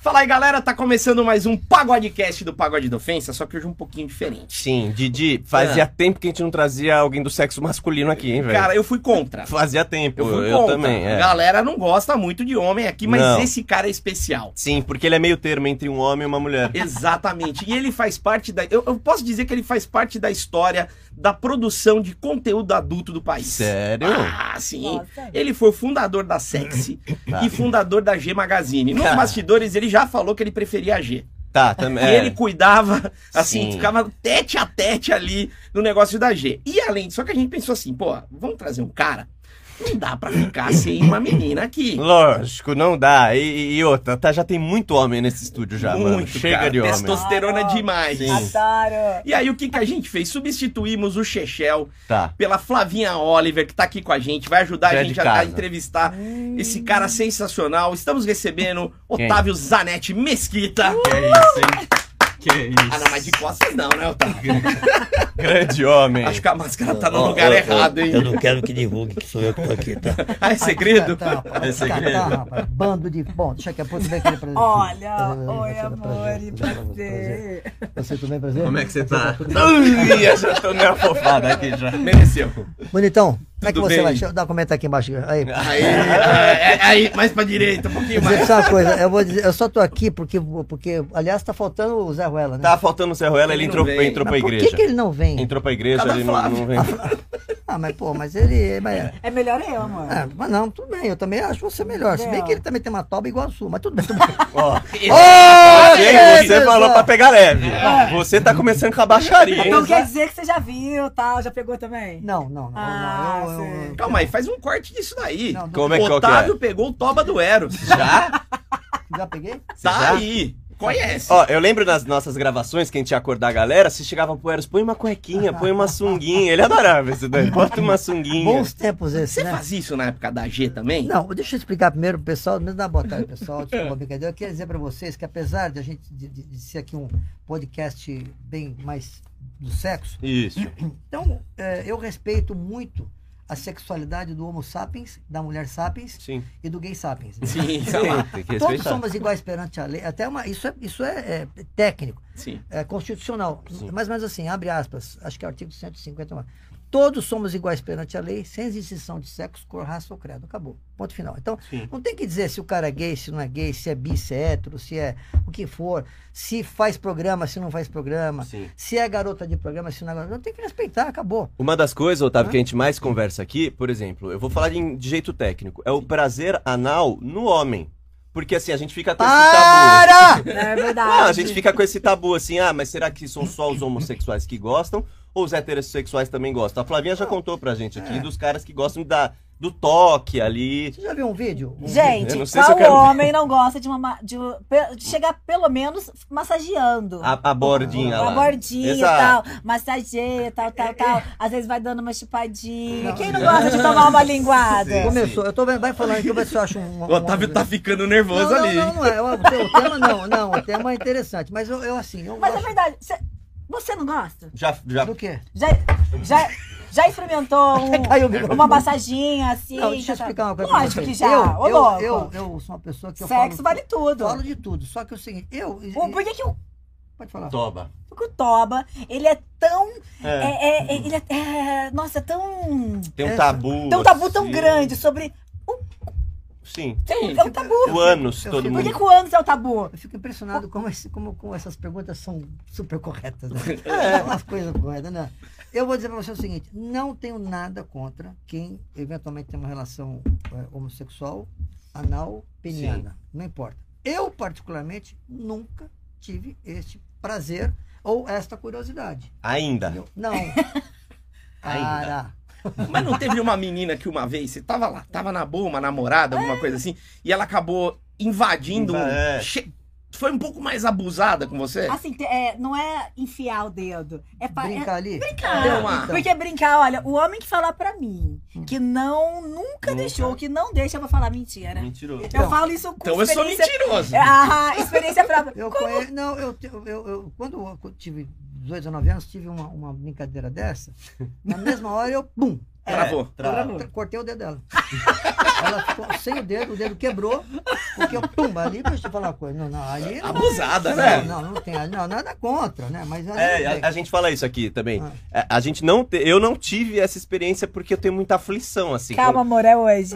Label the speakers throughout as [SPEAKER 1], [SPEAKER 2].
[SPEAKER 1] Fala aí, galera, tá começando mais um Pagodecast do Pagode da Ofensa, só que hoje um pouquinho diferente.
[SPEAKER 2] Sim, Didi, fazia tempo que a gente não trazia alguém do sexo masculino aqui, hein, velho?
[SPEAKER 1] Cara, eu fui contra.
[SPEAKER 2] Fazia tempo,
[SPEAKER 1] Eu
[SPEAKER 2] É. eu,
[SPEAKER 1] fui contra.
[SPEAKER 2] também.
[SPEAKER 1] A
[SPEAKER 2] é.
[SPEAKER 1] galera não gosta muito de homem aqui, mas
[SPEAKER 2] Não.
[SPEAKER 1] esse cara é especial.
[SPEAKER 2] Sim, porque ele é meio termo entre um homem e uma mulher.
[SPEAKER 1] Exatamente. E ele faz parte da. Eu, eu posso dizer que ele faz parte da história da produção de conteúdo adulto do país.
[SPEAKER 2] Sério?
[SPEAKER 1] Ah, sim.
[SPEAKER 3] Nossa.
[SPEAKER 1] Ele foi o fundador da Sexy
[SPEAKER 2] Tá.
[SPEAKER 1] e fundador da G Magazine. Nos
[SPEAKER 2] Cara.
[SPEAKER 1] bastidores, ele já falou que ele preferia a G.
[SPEAKER 2] Tá, também.
[SPEAKER 1] E ele cuidava, assim,
[SPEAKER 2] Sim.
[SPEAKER 1] ficava tete a tete ali no negócio da G. E além, só que a gente pensou assim, pô, vamos trazer um cara? Não dá pra ficar sem uma menina aqui.
[SPEAKER 2] Lógico, não dá. E, e outra, tá, já tem muito homem nesse estúdio já, mano. Chega
[SPEAKER 1] cara,
[SPEAKER 2] de homem.
[SPEAKER 1] Testosterona
[SPEAKER 3] Ah,
[SPEAKER 1] demais.
[SPEAKER 2] Sim.
[SPEAKER 3] Adoro.
[SPEAKER 1] E aí, o que, que a gente fez? Substituímos o Chechel
[SPEAKER 2] Tá.
[SPEAKER 1] pela Flavinha Oliver, que tá aqui com a gente, vai ajudar
[SPEAKER 2] Já
[SPEAKER 1] a
[SPEAKER 2] é
[SPEAKER 1] gente
[SPEAKER 2] de
[SPEAKER 1] a, a
[SPEAKER 2] casa.
[SPEAKER 1] entrevistar esse cara sensacional. Estamos recebendo Otávio Zanetti Mesquita.
[SPEAKER 4] Que isso, hein? Que isso.
[SPEAKER 1] Ah, não, mas de costas não, né, Otávio?
[SPEAKER 2] Grande homem.
[SPEAKER 1] Acho que a máscara tá no
[SPEAKER 5] Ó,
[SPEAKER 1] lugar
[SPEAKER 5] ó, ó,
[SPEAKER 1] errado, hein?
[SPEAKER 5] Eu não quero que divulgue que sou eu que tô aqui, tá?
[SPEAKER 1] Ah, é segredo?
[SPEAKER 6] Tá, tá,
[SPEAKER 4] É segredo?
[SPEAKER 6] tá, rapaz. Bando de. Bom, deixa aqui a pouco vem aquele presente.
[SPEAKER 3] Olha,
[SPEAKER 6] Prazer,
[SPEAKER 3] oi,
[SPEAKER 6] prazer,
[SPEAKER 3] amor, e
[SPEAKER 6] prazer, prazer.
[SPEAKER 3] prazer.
[SPEAKER 6] Você também, prazer?
[SPEAKER 4] Como é que você tá?
[SPEAKER 2] Ui, já tô meio afofado aqui já.
[SPEAKER 6] tá.
[SPEAKER 1] Mereceu.
[SPEAKER 6] Bonitão, como é que
[SPEAKER 1] Tudo
[SPEAKER 6] você
[SPEAKER 1] bem? Ah,
[SPEAKER 6] vai? Deixa eu dar um comentário aqui embaixo. Aí.
[SPEAKER 1] Aí, é, é, aí, mais pra direita, um pouquinho
[SPEAKER 6] Vou dizer
[SPEAKER 1] mais.
[SPEAKER 6] pra você uma coisa, eu vou dizer, eu só tô aqui porque, porque aliás, tá faltando o Zé Ruela, né?
[SPEAKER 2] Tá faltando o Serruela, ele
[SPEAKER 1] Ele não
[SPEAKER 2] entrou,
[SPEAKER 1] vem.
[SPEAKER 2] entrou
[SPEAKER 6] Mas
[SPEAKER 2] pra
[SPEAKER 6] por
[SPEAKER 2] igreja.
[SPEAKER 6] que, que ele não vem?
[SPEAKER 2] Entrou pra igreja,
[SPEAKER 1] Cadê a
[SPEAKER 2] ele não,
[SPEAKER 1] Flávia?
[SPEAKER 2] não vem.
[SPEAKER 6] Ah, mas pô, mas ele. Mas,
[SPEAKER 3] É melhor eu, amor.
[SPEAKER 6] ah, mas não, tudo bem, eu também acho você melhor. Se bem que ele também tem uma toba igual a sua, mas tudo bem, tudo bem.
[SPEAKER 2] Ó,
[SPEAKER 6] Ô,
[SPEAKER 2] Ei, você
[SPEAKER 6] beleza.
[SPEAKER 2] falou pra pegar leve. Você tá começando com a baixaria, hein?
[SPEAKER 3] Então quer dizer que você já viu, tal, já pegou também?
[SPEAKER 6] Não, não, não. não,
[SPEAKER 3] Ah,
[SPEAKER 6] eu- eu-
[SPEAKER 3] sim.
[SPEAKER 1] Calma aí, faz um corte disso daí.
[SPEAKER 6] Não, não.
[SPEAKER 2] Como é que qual que é?
[SPEAKER 1] Otávio pegou o toba do Eros.
[SPEAKER 2] Já?
[SPEAKER 6] já peguei?
[SPEAKER 2] Você
[SPEAKER 1] Tá
[SPEAKER 2] já?
[SPEAKER 1] aí. Conhece.
[SPEAKER 2] Ó, eu lembro nas nossas gravações que a gente ia acordar a galera, se chegava pro Eros, põe uma cuequinha, põe uma sunguinha. Ele adorava isso daí. Bota uma sunguinha.
[SPEAKER 6] Bons tempos esses,
[SPEAKER 1] Você
[SPEAKER 6] né?
[SPEAKER 1] fazia isso na época da G também?
[SPEAKER 6] Não, deixa eu explicar primeiro pro pessoal, mesmo dar boa tarde, pessoal. Desculpa, brincadeira. Eu queria dizer para vocês que apesar de a gente de, de- de ser aqui um podcast bem mais do sexo,
[SPEAKER 2] Isso.
[SPEAKER 6] então eh, eu respeito muito a sexualidade do Homo sapiens, da mulher sapiens
[SPEAKER 2] Sim.
[SPEAKER 6] e do gay sapiens. né?
[SPEAKER 1] Sim, tá lá.
[SPEAKER 2] Tem, tem que
[SPEAKER 6] Todos
[SPEAKER 2] respeitar.
[SPEAKER 6] somos iguais perante a lei. Até uma, isso é, isso é, é, técnico,
[SPEAKER 1] Sim.
[SPEAKER 6] é constitucional.
[SPEAKER 2] Sim.
[SPEAKER 6] Mais ou menos assim, abre aspas, acho que é o artigo 151. Todos somos iguais perante a lei, sem distinção de sexo, cor, raça ou credo. Acabou. Ponto final. Então,
[SPEAKER 2] Sim.
[SPEAKER 6] não tem que dizer se o cara é gay, se não é gay, se é bi, se é hétero, se é o que for, se faz programa, se não faz programa,
[SPEAKER 2] Sim.
[SPEAKER 6] se é garota de programa, se não é garota. Não tem que respeitar, acabou.
[SPEAKER 2] Uma das coisas, Otávio, que a gente mais conversa aqui, por exemplo, eu vou falar de, de jeito técnico, é o prazer anal no homem. Porque assim, a gente fica com esse tabu.
[SPEAKER 6] Para!
[SPEAKER 3] É verdade.
[SPEAKER 2] Não, Ah, a gente fica com esse tabu assim, ah, mas será que são só os homossexuais que gostam? Ou os heterossexuais também gostam? A Flavinha já contou pra gente aqui dos caras que gostam da, do toque ali.
[SPEAKER 6] Você já viu um vídeo? Um
[SPEAKER 2] Eu não sei
[SPEAKER 3] Gente,
[SPEAKER 2] se eu
[SPEAKER 3] qual
[SPEAKER 2] quero-
[SPEAKER 3] homem não gosta de, uma, ma- de, um- de chegar pelo menos massageando?
[SPEAKER 2] A, a bordinha Ah, lá.
[SPEAKER 3] Uma bordinha e tal,
[SPEAKER 2] Exato.
[SPEAKER 3] massageia, tal, tal, tal. Às vezes vai dando uma chupadinha. Quem não gosta de tomar uma linguada?
[SPEAKER 6] Começou, eu tô vendo, vai falando que eu vou ver se eu acho um.
[SPEAKER 1] O Otávio tá ficando nervoso
[SPEAKER 6] não, não,
[SPEAKER 1] ali.
[SPEAKER 6] não, não é. O, o tema não, não. O tema é interessante. Mas eu, eu assim, eu
[SPEAKER 3] Mas é
[SPEAKER 6] gosto
[SPEAKER 3] verdade, cê- você não gosta?
[SPEAKER 2] Já, já.
[SPEAKER 6] do quê?
[SPEAKER 3] Já, já, já experimentou um-
[SPEAKER 6] Caiu o microfone.
[SPEAKER 3] uma massaginha assim?
[SPEAKER 6] Não, deixa eu explicar uma coisa. pra
[SPEAKER 3] Lógico
[SPEAKER 6] vocês.
[SPEAKER 3] que já,
[SPEAKER 6] Eu,
[SPEAKER 3] ô
[SPEAKER 6] eu,
[SPEAKER 3] louco.
[SPEAKER 6] eu, eu sou uma pessoa que eu
[SPEAKER 3] Sexo
[SPEAKER 6] falo,
[SPEAKER 3] vale tudo.
[SPEAKER 6] falo de tudo. Só que é o seguinte, eu.
[SPEAKER 3] O, por que, que o,
[SPEAKER 6] Pode falar.
[SPEAKER 2] Toba.
[SPEAKER 3] que o Toba, ele é tão.
[SPEAKER 2] É.
[SPEAKER 3] é- é- é- ele é- é- nossa, é tão.
[SPEAKER 2] Tem um
[SPEAKER 6] Essa-
[SPEAKER 2] tabu.
[SPEAKER 3] Tem um tabu tão
[SPEAKER 2] assim.
[SPEAKER 3] grande sobre.
[SPEAKER 2] Sim.
[SPEAKER 3] É um tabu.
[SPEAKER 2] O ânus,
[SPEAKER 6] Eu
[SPEAKER 2] todo
[SPEAKER 6] fico-
[SPEAKER 3] Por que,
[SPEAKER 2] mundo.
[SPEAKER 3] que o ânus é o tabu?
[SPEAKER 6] Eu fico impressionado como, esse- como- como essas perguntas são super corretas. Né? É. Umas coisas corretas, né? Eu vou dizer para você o seguinte: não tenho nada contra quem eventualmente tem uma relação é, homossexual, anal, peniana. Não importa. Eu, particularmente, nunca tive este prazer ou esta curiosidade.
[SPEAKER 2] Ainda.
[SPEAKER 6] Não. Para.
[SPEAKER 1] Mas não teve uma menina que uma vez, você tava lá, tava na boa, uma namorada, alguma coisa assim, e ela acabou invadindo. um-
[SPEAKER 2] É.
[SPEAKER 1] che- Foi um pouco mais abusada com você?
[SPEAKER 3] Assim, te- é, não é enfiar o dedo. É, pa- é
[SPEAKER 6] Brincar ali.
[SPEAKER 3] brincar.
[SPEAKER 1] Deu uma-
[SPEAKER 6] Então.
[SPEAKER 3] Porque brincar, olha, o homem que falar pra mim que não, nunca deixou, que não deixa, eu vou falar mentira.
[SPEAKER 2] Mentiroso.
[SPEAKER 3] Eu falo isso com
[SPEAKER 1] Então eu sou
[SPEAKER 3] experiência.
[SPEAKER 1] mentiroso.
[SPEAKER 6] É.
[SPEAKER 3] Ah, experiência própria.
[SPEAKER 6] Eu conheço. Não, eu, te- eu, eu, eu- quando eu tive 18 a 9 anos, tive uma, uma brincadeira dessa. Na mesma hora eu, bum,
[SPEAKER 1] É. Travou.
[SPEAKER 2] Travou.
[SPEAKER 6] Tra- Cortei o dedo dela. Ela ficou sem o dedo, o dedo quebrou, porque eu, pum, ali, deixa eu falar uma coisa. Não, não, ali. Não,
[SPEAKER 1] Abusada,
[SPEAKER 6] não,
[SPEAKER 1] né?
[SPEAKER 6] não, não tem. Não, nada contra, né? Mas ali.
[SPEAKER 2] É,
[SPEAKER 6] não tem.
[SPEAKER 2] a, a gente fala isso aqui também. É,
[SPEAKER 6] Ah.
[SPEAKER 2] A, a gente não, te- eu não tive essa experiência porque eu tenho muita aflição assim.
[SPEAKER 3] Calma, amor, é hoje.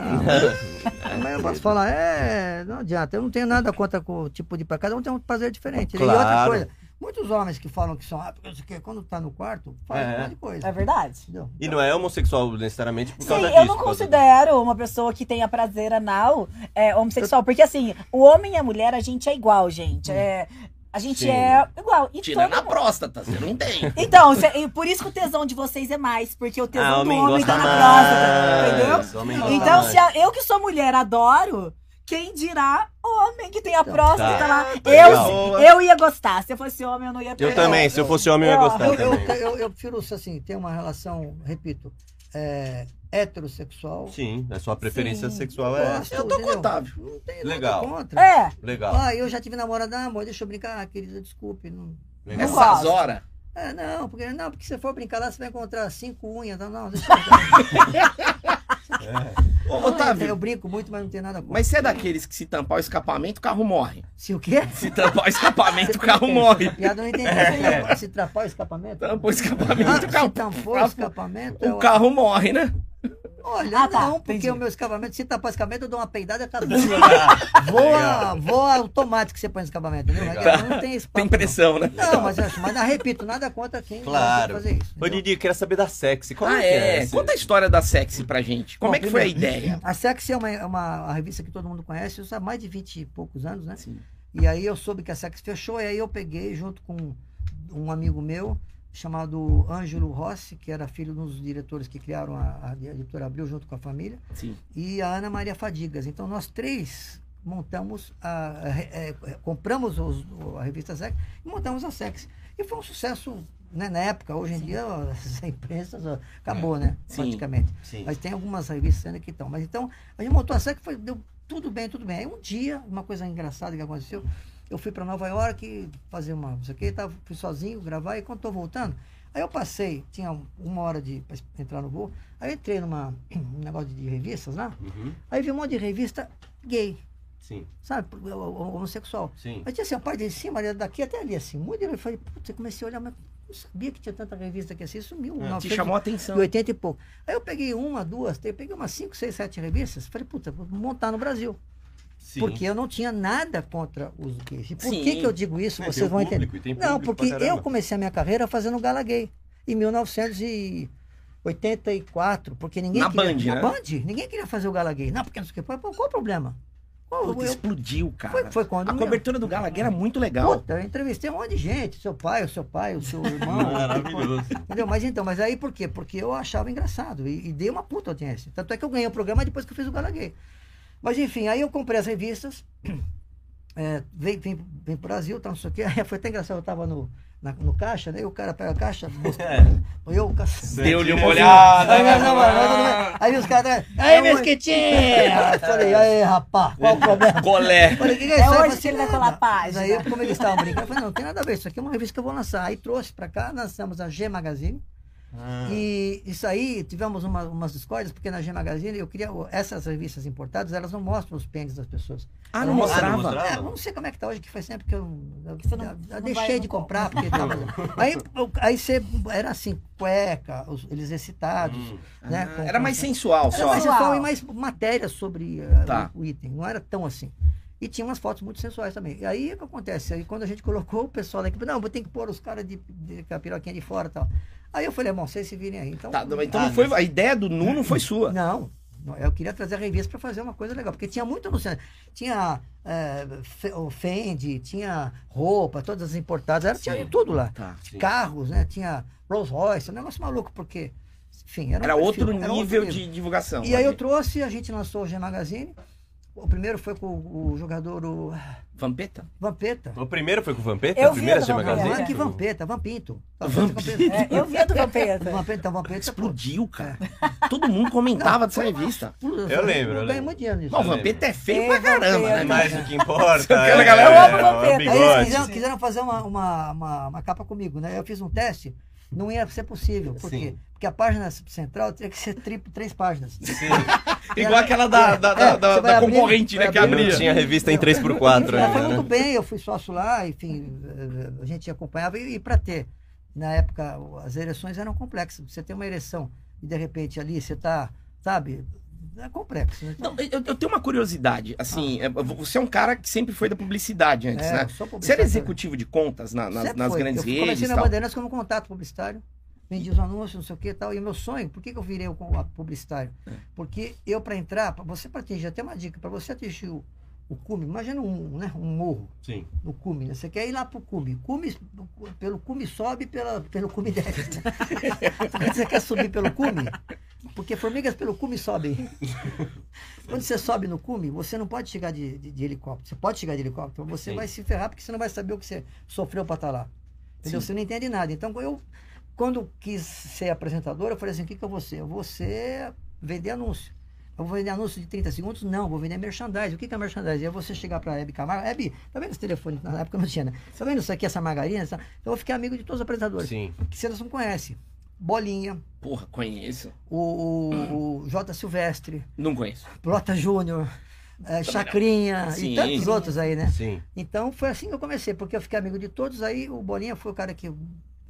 [SPEAKER 2] Tá
[SPEAKER 6] Mas eu posso falar, é, não adianta, eu não tenho nada contra com o tipo de pra cada um tem um prazer diferente. né? E outra
[SPEAKER 2] Claro.
[SPEAKER 6] coisa, muitos homens que falam que são, ah, porque não sei o quê, quando tá no quarto, faz
[SPEAKER 2] É.
[SPEAKER 6] um monte de coisa.
[SPEAKER 3] É verdade?
[SPEAKER 6] Entendeu?
[SPEAKER 2] E não é homossexual necessariamente por
[SPEAKER 3] Sim,
[SPEAKER 2] causa disso.
[SPEAKER 3] eu não
[SPEAKER 2] por causa
[SPEAKER 3] considero uma pessoa que tenha prazer anal é, homossexual, porque assim, o homem e a mulher, a gente é igual, gente. É, a gente
[SPEAKER 2] Hum. Sim.
[SPEAKER 3] é igual. E
[SPEAKER 1] Tira
[SPEAKER 3] todo
[SPEAKER 1] na próstata, você não tem.
[SPEAKER 3] Então, cê- e por isso que o tesão de vocês é mais, porque o tesão
[SPEAKER 2] Ah,
[SPEAKER 3] do
[SPEAKER 2] homem
[SPEAKER 3] homem,
[SPEAKER 2] gosta
[SPEAKER 3] tá na
[SPEAKER 2] mais.
[SPEAKER 3] próstata,
[SPEAKER 2] Homem
[SPEAKER 3] entendeu?
[SPEAKER 2] gosta
[SPEAKER 3] Então,
[SPEAKER 2] mais.
[SPEAKER 3] se a- eu que sou mulher adoro, quem dirá homem que tem a
[SPEAKER 6] Então,
[SPEAKER 3] próstata
[SPEAKER 2] tá.
[SPEAKER 3] lá?
[SPEAKER 2] legal.
[SPEAKER 3] Eu, eu ia gostar, se eu fosse homem eu não ia
[SPEAKER 2] Eu também, se eu fosse homem, eu ia
[SPEAKER 3] Eu-
[SPEAKER 2] gostar
[SPEAKER 6] Eu, eu,
[SPEAKER 2] tá também.
[SPEAKER 6] eu, eu prefiro, assim, ter uma relação, repito, é, heterossexual.
[SPEAKER 2] Sim, a sua preferência
[SPEAKER 3] Sim.
[SPEAKER 2] sexual é essa.
[SPEAKER 6] Gosto,
[SPEAKER 1] Eu tô com o
[SPEAKER 6] entendeu?
[SPEAKER 1] Otávio.
[SPEAKER 6] Não tem
[SPEAKER 2] Legal.
[SPEAKER 6] nada contra.
[SPEAKER 3] É,
[SPEAKER 2] Legal,
[SPEAKER 6] Ah, eu já tive namorada, ah, amor, deixa eu brincar, querida, desculpe. Não...
[SPEAKER 2] legal.
[SPEAKER 1] Essas
[SPEAKER 3] gosto.
[SPEAKER 1] horas.
[SPEAKER 6] É, não, porque, não, porque se você for brincar lá, você vai encontrar cinco unhas. Não, não, deixa eu brincar.
[SPEAKER 1] Ô,
[SPEAKER 6] Eu
[SPEAKER 1] Otávio,
[SPEAKER 6] brinco muito, mas não tem nada contra.
[SPEAKER 1] mas você é daqueles que se tampar o escapamento, o carro morre.
[SPEAKER 6] Se o quê?
[SPEAKER 1] Se tampar o escapamento, o carro morre.
[SPEAKER 6] Piada eu não entendi.
[SPEAKER 1] É.
[SPEAKER 6] Se- Se trapar o escapamento?
[SPEAKER 1] Tampa o
[SPEAKER 6] Ah,
[SPEAKER 1] escapamento, o
[SPEAKER 6] se
[SPEAKER 1] carro.
[SPEAKER 6] tampou o escapamento, eu...
[SPEAKER 1] O carro morre, né?
[SPEAKER 6] olha,
[SPEAKER 3] Ah, tá,
[SPEAKER 6] não, porque
[SPEAKER 3] entendi.
[SPEAKER 6] o meu escapamento, se tapar o escapamento, eu dou uma peidada tá e acabou.
[SPEAKER 2] Ah,
[SPEAKER 6] voa, voa automático que você põe no escapamento, entendeu?
[SPEAKER 2] Legal.
[SPEAKER 6] Não tem espaço.
[SPEAKER 1] Tá. Tem pressão, né?
[SPEAKER 6] Não, mas, eu acho- mas eu repito, nada contra quem
[SPEAKER 2] Claro.
[SPEAKER 6] gosta de fazer isso.
[SPEAKER 2] Ô
[SPEAKER 6] entendeu?
[SPEAKER 2] Didi, eu quero saber da sexy. Como
[SPEAKER 1] ah,
[SPEAKER 2] que é?
[SPEAKER 1] é.
[SPEAKER 2] esse-
[SPEAKER 1] Conta a história da sexy pra gente. Como
[SPEAKER 6] Bom,
[SPEAKER 1] é que foi a
[SPEAKER 6] primeiro,
[SPEAKER 1] ideia?
[SPEAKER 6] A Sexy é uma, é uma- uma revista que todo mundo conhece, usa há mais de 20 e poucos anos, né?
[SPEAKER 1] Sim.
[SPEAKER 6] E aí eu soube que a Sex fechou, e aí eu peguei junto com um amigo meu, chamado Ângelo Rossi, que era filho de um dos diretores que criaram a, a editora Abril junto com a família,
[SPEAKER 1] Sim.
[SPEAKER 6] e a Ana Maria Fadigas. Então nós três montamos, a, a- re- é, é, compramos os- o- a revista Sex e montamos a Sex. E foi um sucesso né, na época, hoje em dia ó, essa imprensa ó, acabou, né?
[SPEAKER 1] É. Sim.
[SPEAKER 6] Praticamente.
[SPEAKER 2] Sim.
[SPEAKER 6] Mas tem algumas revistas ainda que estão. Mas então, a gente montou a série que foi, deu tudo bem, tudo bem. Aí um dia, uma coisa engraçada que aconteceu, eu fui para Nova York fazer uma, não sei o que, tava, fui sozinho gravar, e quando tô voltando, aí eu passei, tinha um, uma hora de pra entrar no voo, aí eu entrei numa um negócio de revistas lá,
[SPEAKER 2] Uhum,
[SPEAKER 6] aí vi um monte de revista gay,
[SPEAKER 2] Sim,
[SPEAKER 6] sabe, pro- ho- homossexual.
[SPEAKER 2] sim.
[SPEAKER 6] Aí tinha assim, a parte de cima, era daqui até ali, assim, muito. Eu falei, puta, eu comecei a olhar, mas não sabia que tinha tanta revista aqui assim, sumiu.
[SPEAKER 2] É, te
[SPEAKER 1] Te
[SPEAKER 6] 900
[SPEAKER 1] chamou a atenção.
[SPEAKER 6] de 80 e pouco. Aí eu peguei uma, duas, três, peguei umas cinco, seis, sete revistas. Falei, puta, vou montar no Brasil.
[SPEAKER 2] sim.
[SPEAKER 6] Porque eu não tinha nada contra os gays. E por
[SPEAKER 1] Sim.
[SPEAKER 6] que, que eu digo isso?
[SPEAKER 2] É, tem
[SPEAKER 6] Vocês
[SPEAKER 2] o
[SPEAKER 6] vão entender.
[SPEAKER 2] público, e tem
[SPEAKER 6] Não,
[SPEAKER 2] público
[SPEAKER 6] porque
[SPEAKER 2] pra
[SPEAKER 6] eu
[SPEAKER 2] caramba.
[SPEAKER 6] comecei a minha carreira fazendo gala gay. Em 1984, porque ninguém
[SPEAKER 1] Na
[SPEAKER 6] queria.
[SPEAKER 1] Band, né?
[SPEAKER 6] na Band, ninninguém queria fazer o gala gay. Não, porque não sei o que. Qual o problema? Qual-
[SPEAKER 1] Puta,
[SPEAKER 6] eu-
[SPEAKER 1] explodiu, cara.
[SPEAKER 6] foi, foi quando
[SPEAKER 1] A
[SPEAKER 6] mesmo.
[SPEAKER 1] cobertura do Galaguer era muito legal.
[SPEAKER 6] Puta, eu entrevistei um monte de gente. Seu pai, o seu pai, o seu irmão.
[SPEAKER 4] Maravilhoso.
[SPEAKER 6] Entendeu? Mas então, mas aí por quê? Porque eu achava engraçado e, e dei uma puta audiência. Tanto é que eu ganhei o programa depois que eu fiz o Gala Gay. Mas enfim, aí eu comprei as revistas, é, vim, vim, vim pro Brasil, tal, não sei o quê. Aí foi até engraçado, eu tava no, na- no caixa, né? E o cara pega a caixa, eu o cacete.
[SPEAKER 1] Deu-lhe uma
[SPEAKER 4] Sim.
[SPEAKER 1] olhada.
[SPEAKER 6] É. Aí, não, não, não, não. Aí os caras. Aí, meus quitinhos! Falei, aí, rapá, qual o problema?
[SPEAKER 1] Golé.
[SPEAKER 6] Falei, que que
[SPEAKER 3] É
[SPEAKER 6] isso? Aí eu
[SPEAKER 3] hoje
[SPEAKER 6] falei,
[SPEAKER 3] que ele vai
[SPEAKER 6] nada.
[SPEAKER 3] falar né?
[SPEAKER 6] Mas
[SPEAKER 3] página.
[SPEAKER 6] aí, eu- como eles estavam brincando, eu falei, não, não tem nada a ver, isso aqui é uma revista que eu vou lançar. Aí trouxe pra cá, lançamos a G Magazine.
[SPEAKER 1] Ah.
[SPEAKER 6] E isso aí, tivemos uma- umas discórdias, porque na G Magazine eu queria. Essas revistas importadas, elas não mostram os pênis das pessoas.
[SPEAKER 1] Ah, não
[SPEAKER 6] não
[SPEAKER 2] mostrava?
[SPEAKER 1] mostrava?
[SPEAKER 6] É, eu não sei como é que tá hoje, que faz sempre que eu. eu-
[SPEAKER 3] Que você não-
[SPEAKER 6] eu
[SPEAKER 3] não
[SPEAKER 6] deixei
[SPEAKER 3] vai, não
[SPEAKER 6] de
[SPEAKER 3] compra.
[SPEAKER 6] comprar, porque tava. aí, eu- aí você. Era assim, cueca, os- eles excitados.
[SPEAKER 2] Hum.
[SPEAKER 6] né,
[SPEAKER 1] Ah,
[SPEAKER 6] com-
[SPEAKER 1] era mais
[SPEAKER 6] com-
[SPEAKER 1] sensual
[SPEAKER 6] era
[SPEAKER 1] só.
[SPEAKER 6] mais
[SPEAKER 3] Sensual.
[SPEAKER 6] sensual e mais matéria sobre eh,
[SPEAKER 1] Tá.
[SPEAKER 6] o, o item. Não era tão assim. E tinha umas fotos muito sensuais também. E aí o que acontece? Aí quando a gente colocou o pessoal da equipe, não, vou ter que pôr os caras de, de, com a piroquinha de fora e tal. Aí eu falei, irmão, vocês se virem aí. Então,
[SPEAKER 1] Tá, não, então
[SPEAKER 2] Ah,
[SPEAKER 1] não foi, a ideia do Nu não foi sua.
[SPEAKER 6] não, não, eu queria trazer a revista para fazer uma coisa legal, porque tinha muito no centro. Tinha eh, fe- o Fendi, tinha roupa, todas as importadas, era, tinha
[SPEAKER 2] Sim.
[SPEAKER 6] de tudo lá.
[SPEAKER 1] Tá.
[SPEAKER 2] Sim.
[SPEAKER 6] Carros, né? Tinha Rolls Royce, um negócio maluco, porque, enfim, era um
[SPEAKER 1] Era
[SPEAKER 6] perfil,
[SPEAKER 1] outro
[SPEAKER 6] era
[SPEAKER 1] nível de divulgação.
[SPEAKER 6] e aí eu trouxe, a gente lançou o G Magazine. O primeiro foi com o jogador o
[SPEAKER 1] Vampeta?
[SPEAKER 6] Vampeta.
[SPEAKER 2] O primeiro foi com o Vampeta?
[SPEAKER 3] Eu
[SPEAKER 2] o primeiro
[SPEAKER 3] vi o do
[SPEAKER 2] G Magazine?
[SPEAKER 6] Não
[SPEAKER 3] Vampeta.
[SPEAKER 6] é que Vampeta, Vampinto.
[SPEAKER 3] É, eu via do Vampeta.
[SPEAKER 6] Vampeta, então, Vampeta. pô,
[SPEAKER 1] Explodiu, cara. Todo mundo comentava dessa revista.
[SPEAKER 6] pô,
[SPEAKER 2] Eu lembro, eu
[SPEAKER 6] Eu
[SPEAKER 2] lembro.
[SPEAKER 6] ganhei muito dinheiro nisso.
[SPEAKER 1] Bom, o
[SPEAKER 2] lembro.
[SPEAKER 1] Vampeta é feio pra
[SPEAKER 3] É,
[SPEAKER 1] caramba, né?
[SPEAKER 3] Vampeta.
[SPEAKER 1] cara?
[SPEAKER 2] Mas o que importa.
[SPEAKER 1] Eu quero a galera-
[SPEAKER 2] é
[SPEAKER 3] Eu amo o Vampeta.
[SPEAKER 2] o
[SPEAKER 6] Aí eles
[SPEAKER 2] bigode.
[SPEAKER 6] quiseram, quiseram fazer uma, uma, uma, uma capa comigo, né? Eu fiz um teste Não ia ser possível. Por
[SPEAKER 2] Sim.
[SPEAKER 6] quê? Porque a página central teria que ser tri- três páginas.
[SPEAKER 1] Igual aquela da, da, da,
[SPEAKER 6] É,
[SPEAKER 1] da-
[SPEAKER 6] você vai
[SPEAKER 1] da
[SPEAKER 6] abrir,
[SPEAKER 1] concorrente, né?
[SPEAKER 6] vai
[SPEAKER 1] Que
[SPEAKER 2] Eu
[SPEAKER 6] abrir.
[SPEAKER 2] não
[SPEAKER 1] abria.
[SPEAKER 2] tinha revista em 3x4
[SPEAKER 6] Mas foi muito
[SPEAKER 2] ainda, né?
[SPEAKER 6] bem, eu fui sócio lá, enfim, eh, a gente acompanhava. E, para ter, na época, o- as ereções eram complexas. Você tem uma ereção e, de repente, ali você está, sabe, é complexo. Né?
[SPEAKER 1] Não, eu, eu tenho uma curiosidade. Assim, é, você é um cara que sempre foi da publicidade antes,
[SPEAKER 6] É,
[SPEAKER 1] né?
[SPEAKER 6] eu sou
[SPEAKER 1] Você era
[SPEAKER 6] publicitário.
[SPEAKER 1] executivo de contas na- nas,
[SPEAKER 6] Sempre
[SPEAKER 1] nas
[SPEAKER 6] foi.
[SPEAKER 1] grandes
[SPEAKER 6] é eu Comecei
[SPEAKER 1] redes?
[SPEAKER 6] na
[SPEAKER 1] tal?
[SPEAKER 6] Bandeirantes como contato publicitário. Vendi os anúncios, não sei o que e tal. E o meu sonho, por que, que eu virei o co- a publicitário?
[SPEAKER 1] É.
[SPEAKER 6] Porque eu, para entrar, pra você para atingir, até uma dica, para você atingir o, o cume, imagina um, né, um morro
[SPEAKER 4] Sim.
[SPEAKER 6] no cume, né? Você quer ir lá pro cume. cume pelo cume sobe, pela, pelo cume desce. né? Quando você quer subir pelo cume, porque formigas pelo cume sobem. Quando você sobe no cume, você não pode chegar de, de- de helicóptero. Você pode chegar de helicóptero, mas você
[SPEAKER 2] Sim.
[SPEAKER 6] vai se ferrar porque você não vai saber o que você sofreu para estar lá. Entendeu? Você não entende nada. Então, eu, quando quis ser apresentador, eu falei assim: o que, que eu vou ser? Eu vou ser vender anúncio. Eu vou vender anúncio de 30 segundos? Não, vou vender merchandising. O que, que é merchandising? É você chegar para a Hebe Camargo. Hebe, tá vendo esse telefone? Na época não tinha, né? Tá vendo isso aqui, essa margarina? Essa... Então Eu vou ficar amigo de todos os apresentadores.
[SPEAKER 2] Sim.
[SPEAKER 6] Que você não conhece. Bolinha,
[SPEAKER 1] Porra, conheço.
[SPEAKER 6] o,
[SPEAKER 1] Hum.
[SPEAKER 6] o, o J. Silvestre,
[SPEAKER 1] Não conheço.
[SPEAKER 6] Prota Júnior, eh, Chacrinha
[SPEAKER 1] Sim.
[SPEAKER 6] e tantos outros aí, né?
[SPEAKER 2] Sim.
[SPEAKER 6] Então foi assim que eu comecei, porque eu fiquei amigo de todos. Aí o Bolinha foi o cara que eu,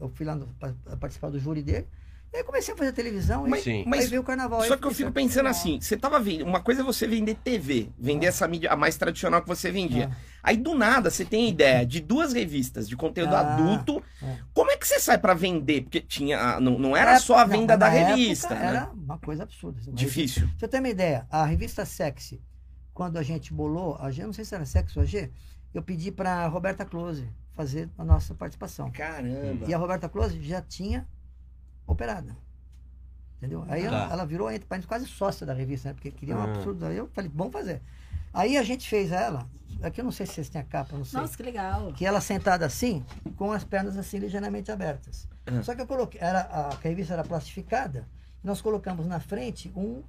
[SPEAKER 6] eu fui lá no- pra- pra participar do júri dele. E aí comecei a fazer televisão
[SPEAKER 1] Mas-
[SPEAKER 6] e
[SPEAKER 2] Sim.
[SPEAKER 1] mas-
[SPEAKER 6] aí veio o carnaval.
[SPEAKER 1] Só
[SPEAKER 6] aí
[SPEAKER 1] que eu
[SPEAKER 6] fiquei
[SPEAKER 1] fico
[SPEAKER 6] certo.
[SPEAKER 1] pensando assim, você tava vendo, uma coisa é você vender TV, vender
[SPEAKER 6] É.
[SPEAKER 1] essa mídia a mais tradicional que você vendia. Aí do nada você tem a ideia de duas revistas de conteúdo
[SPEAKER 6] Ah,
[SPEAKER 1] adulto.
[SPEAKER 6] é.
[SPEAKER 1] Como é que você sai pra vender? Porque tinha, a- não, não era
[SPEAKER 6] Na
[SPEAKER 1] só a
[SPEAKER 6] época-
[SPEAKER 1] venda
[SPEAKER 6] não,
[SPEAKER 1] da
[SPEAKER 6] na época
[SPEAKER 1] revista, né?
[SPEAKER 6] Era uma coisa absurda. assim, uma
[SPEAKER 1] Difícil.
[SPEAKER 6] Pra Você tem uma ideia, a revista Sexy, quando a gente bolou, a G, eu não sei se era Sexy ou a G, eu pedi para Roberta Close fazer a nossa participação.
[SPEAKER 1] Caramba.
[SPEAKER 6] E a Roberta Close já tinha operado. Entendeu? Aí ela,
[SPEAKER 2] Tá.
[SPEAKER 6] ela virou entre parênteses, quase sócia da revista, né? Porque queria um
[SPEAKER 2] Ah.
[SPEAKER 6] absurdo. Aí eu falei, vamos fazer. Aí a gente fez ela, aqui eu não sei se vocês têm a capa, eu não sei.
[SPEAKER 3] Nossa, que legal.
[SPEAKER 6] Que ela sentada assim, com as pernas assim ligeiramente abertas.
[SPEAKER 1] Ah.
[SPEAKER 6] Só que eu coloquei, era, a, a revista era plastificada, nós colocamos na frente um.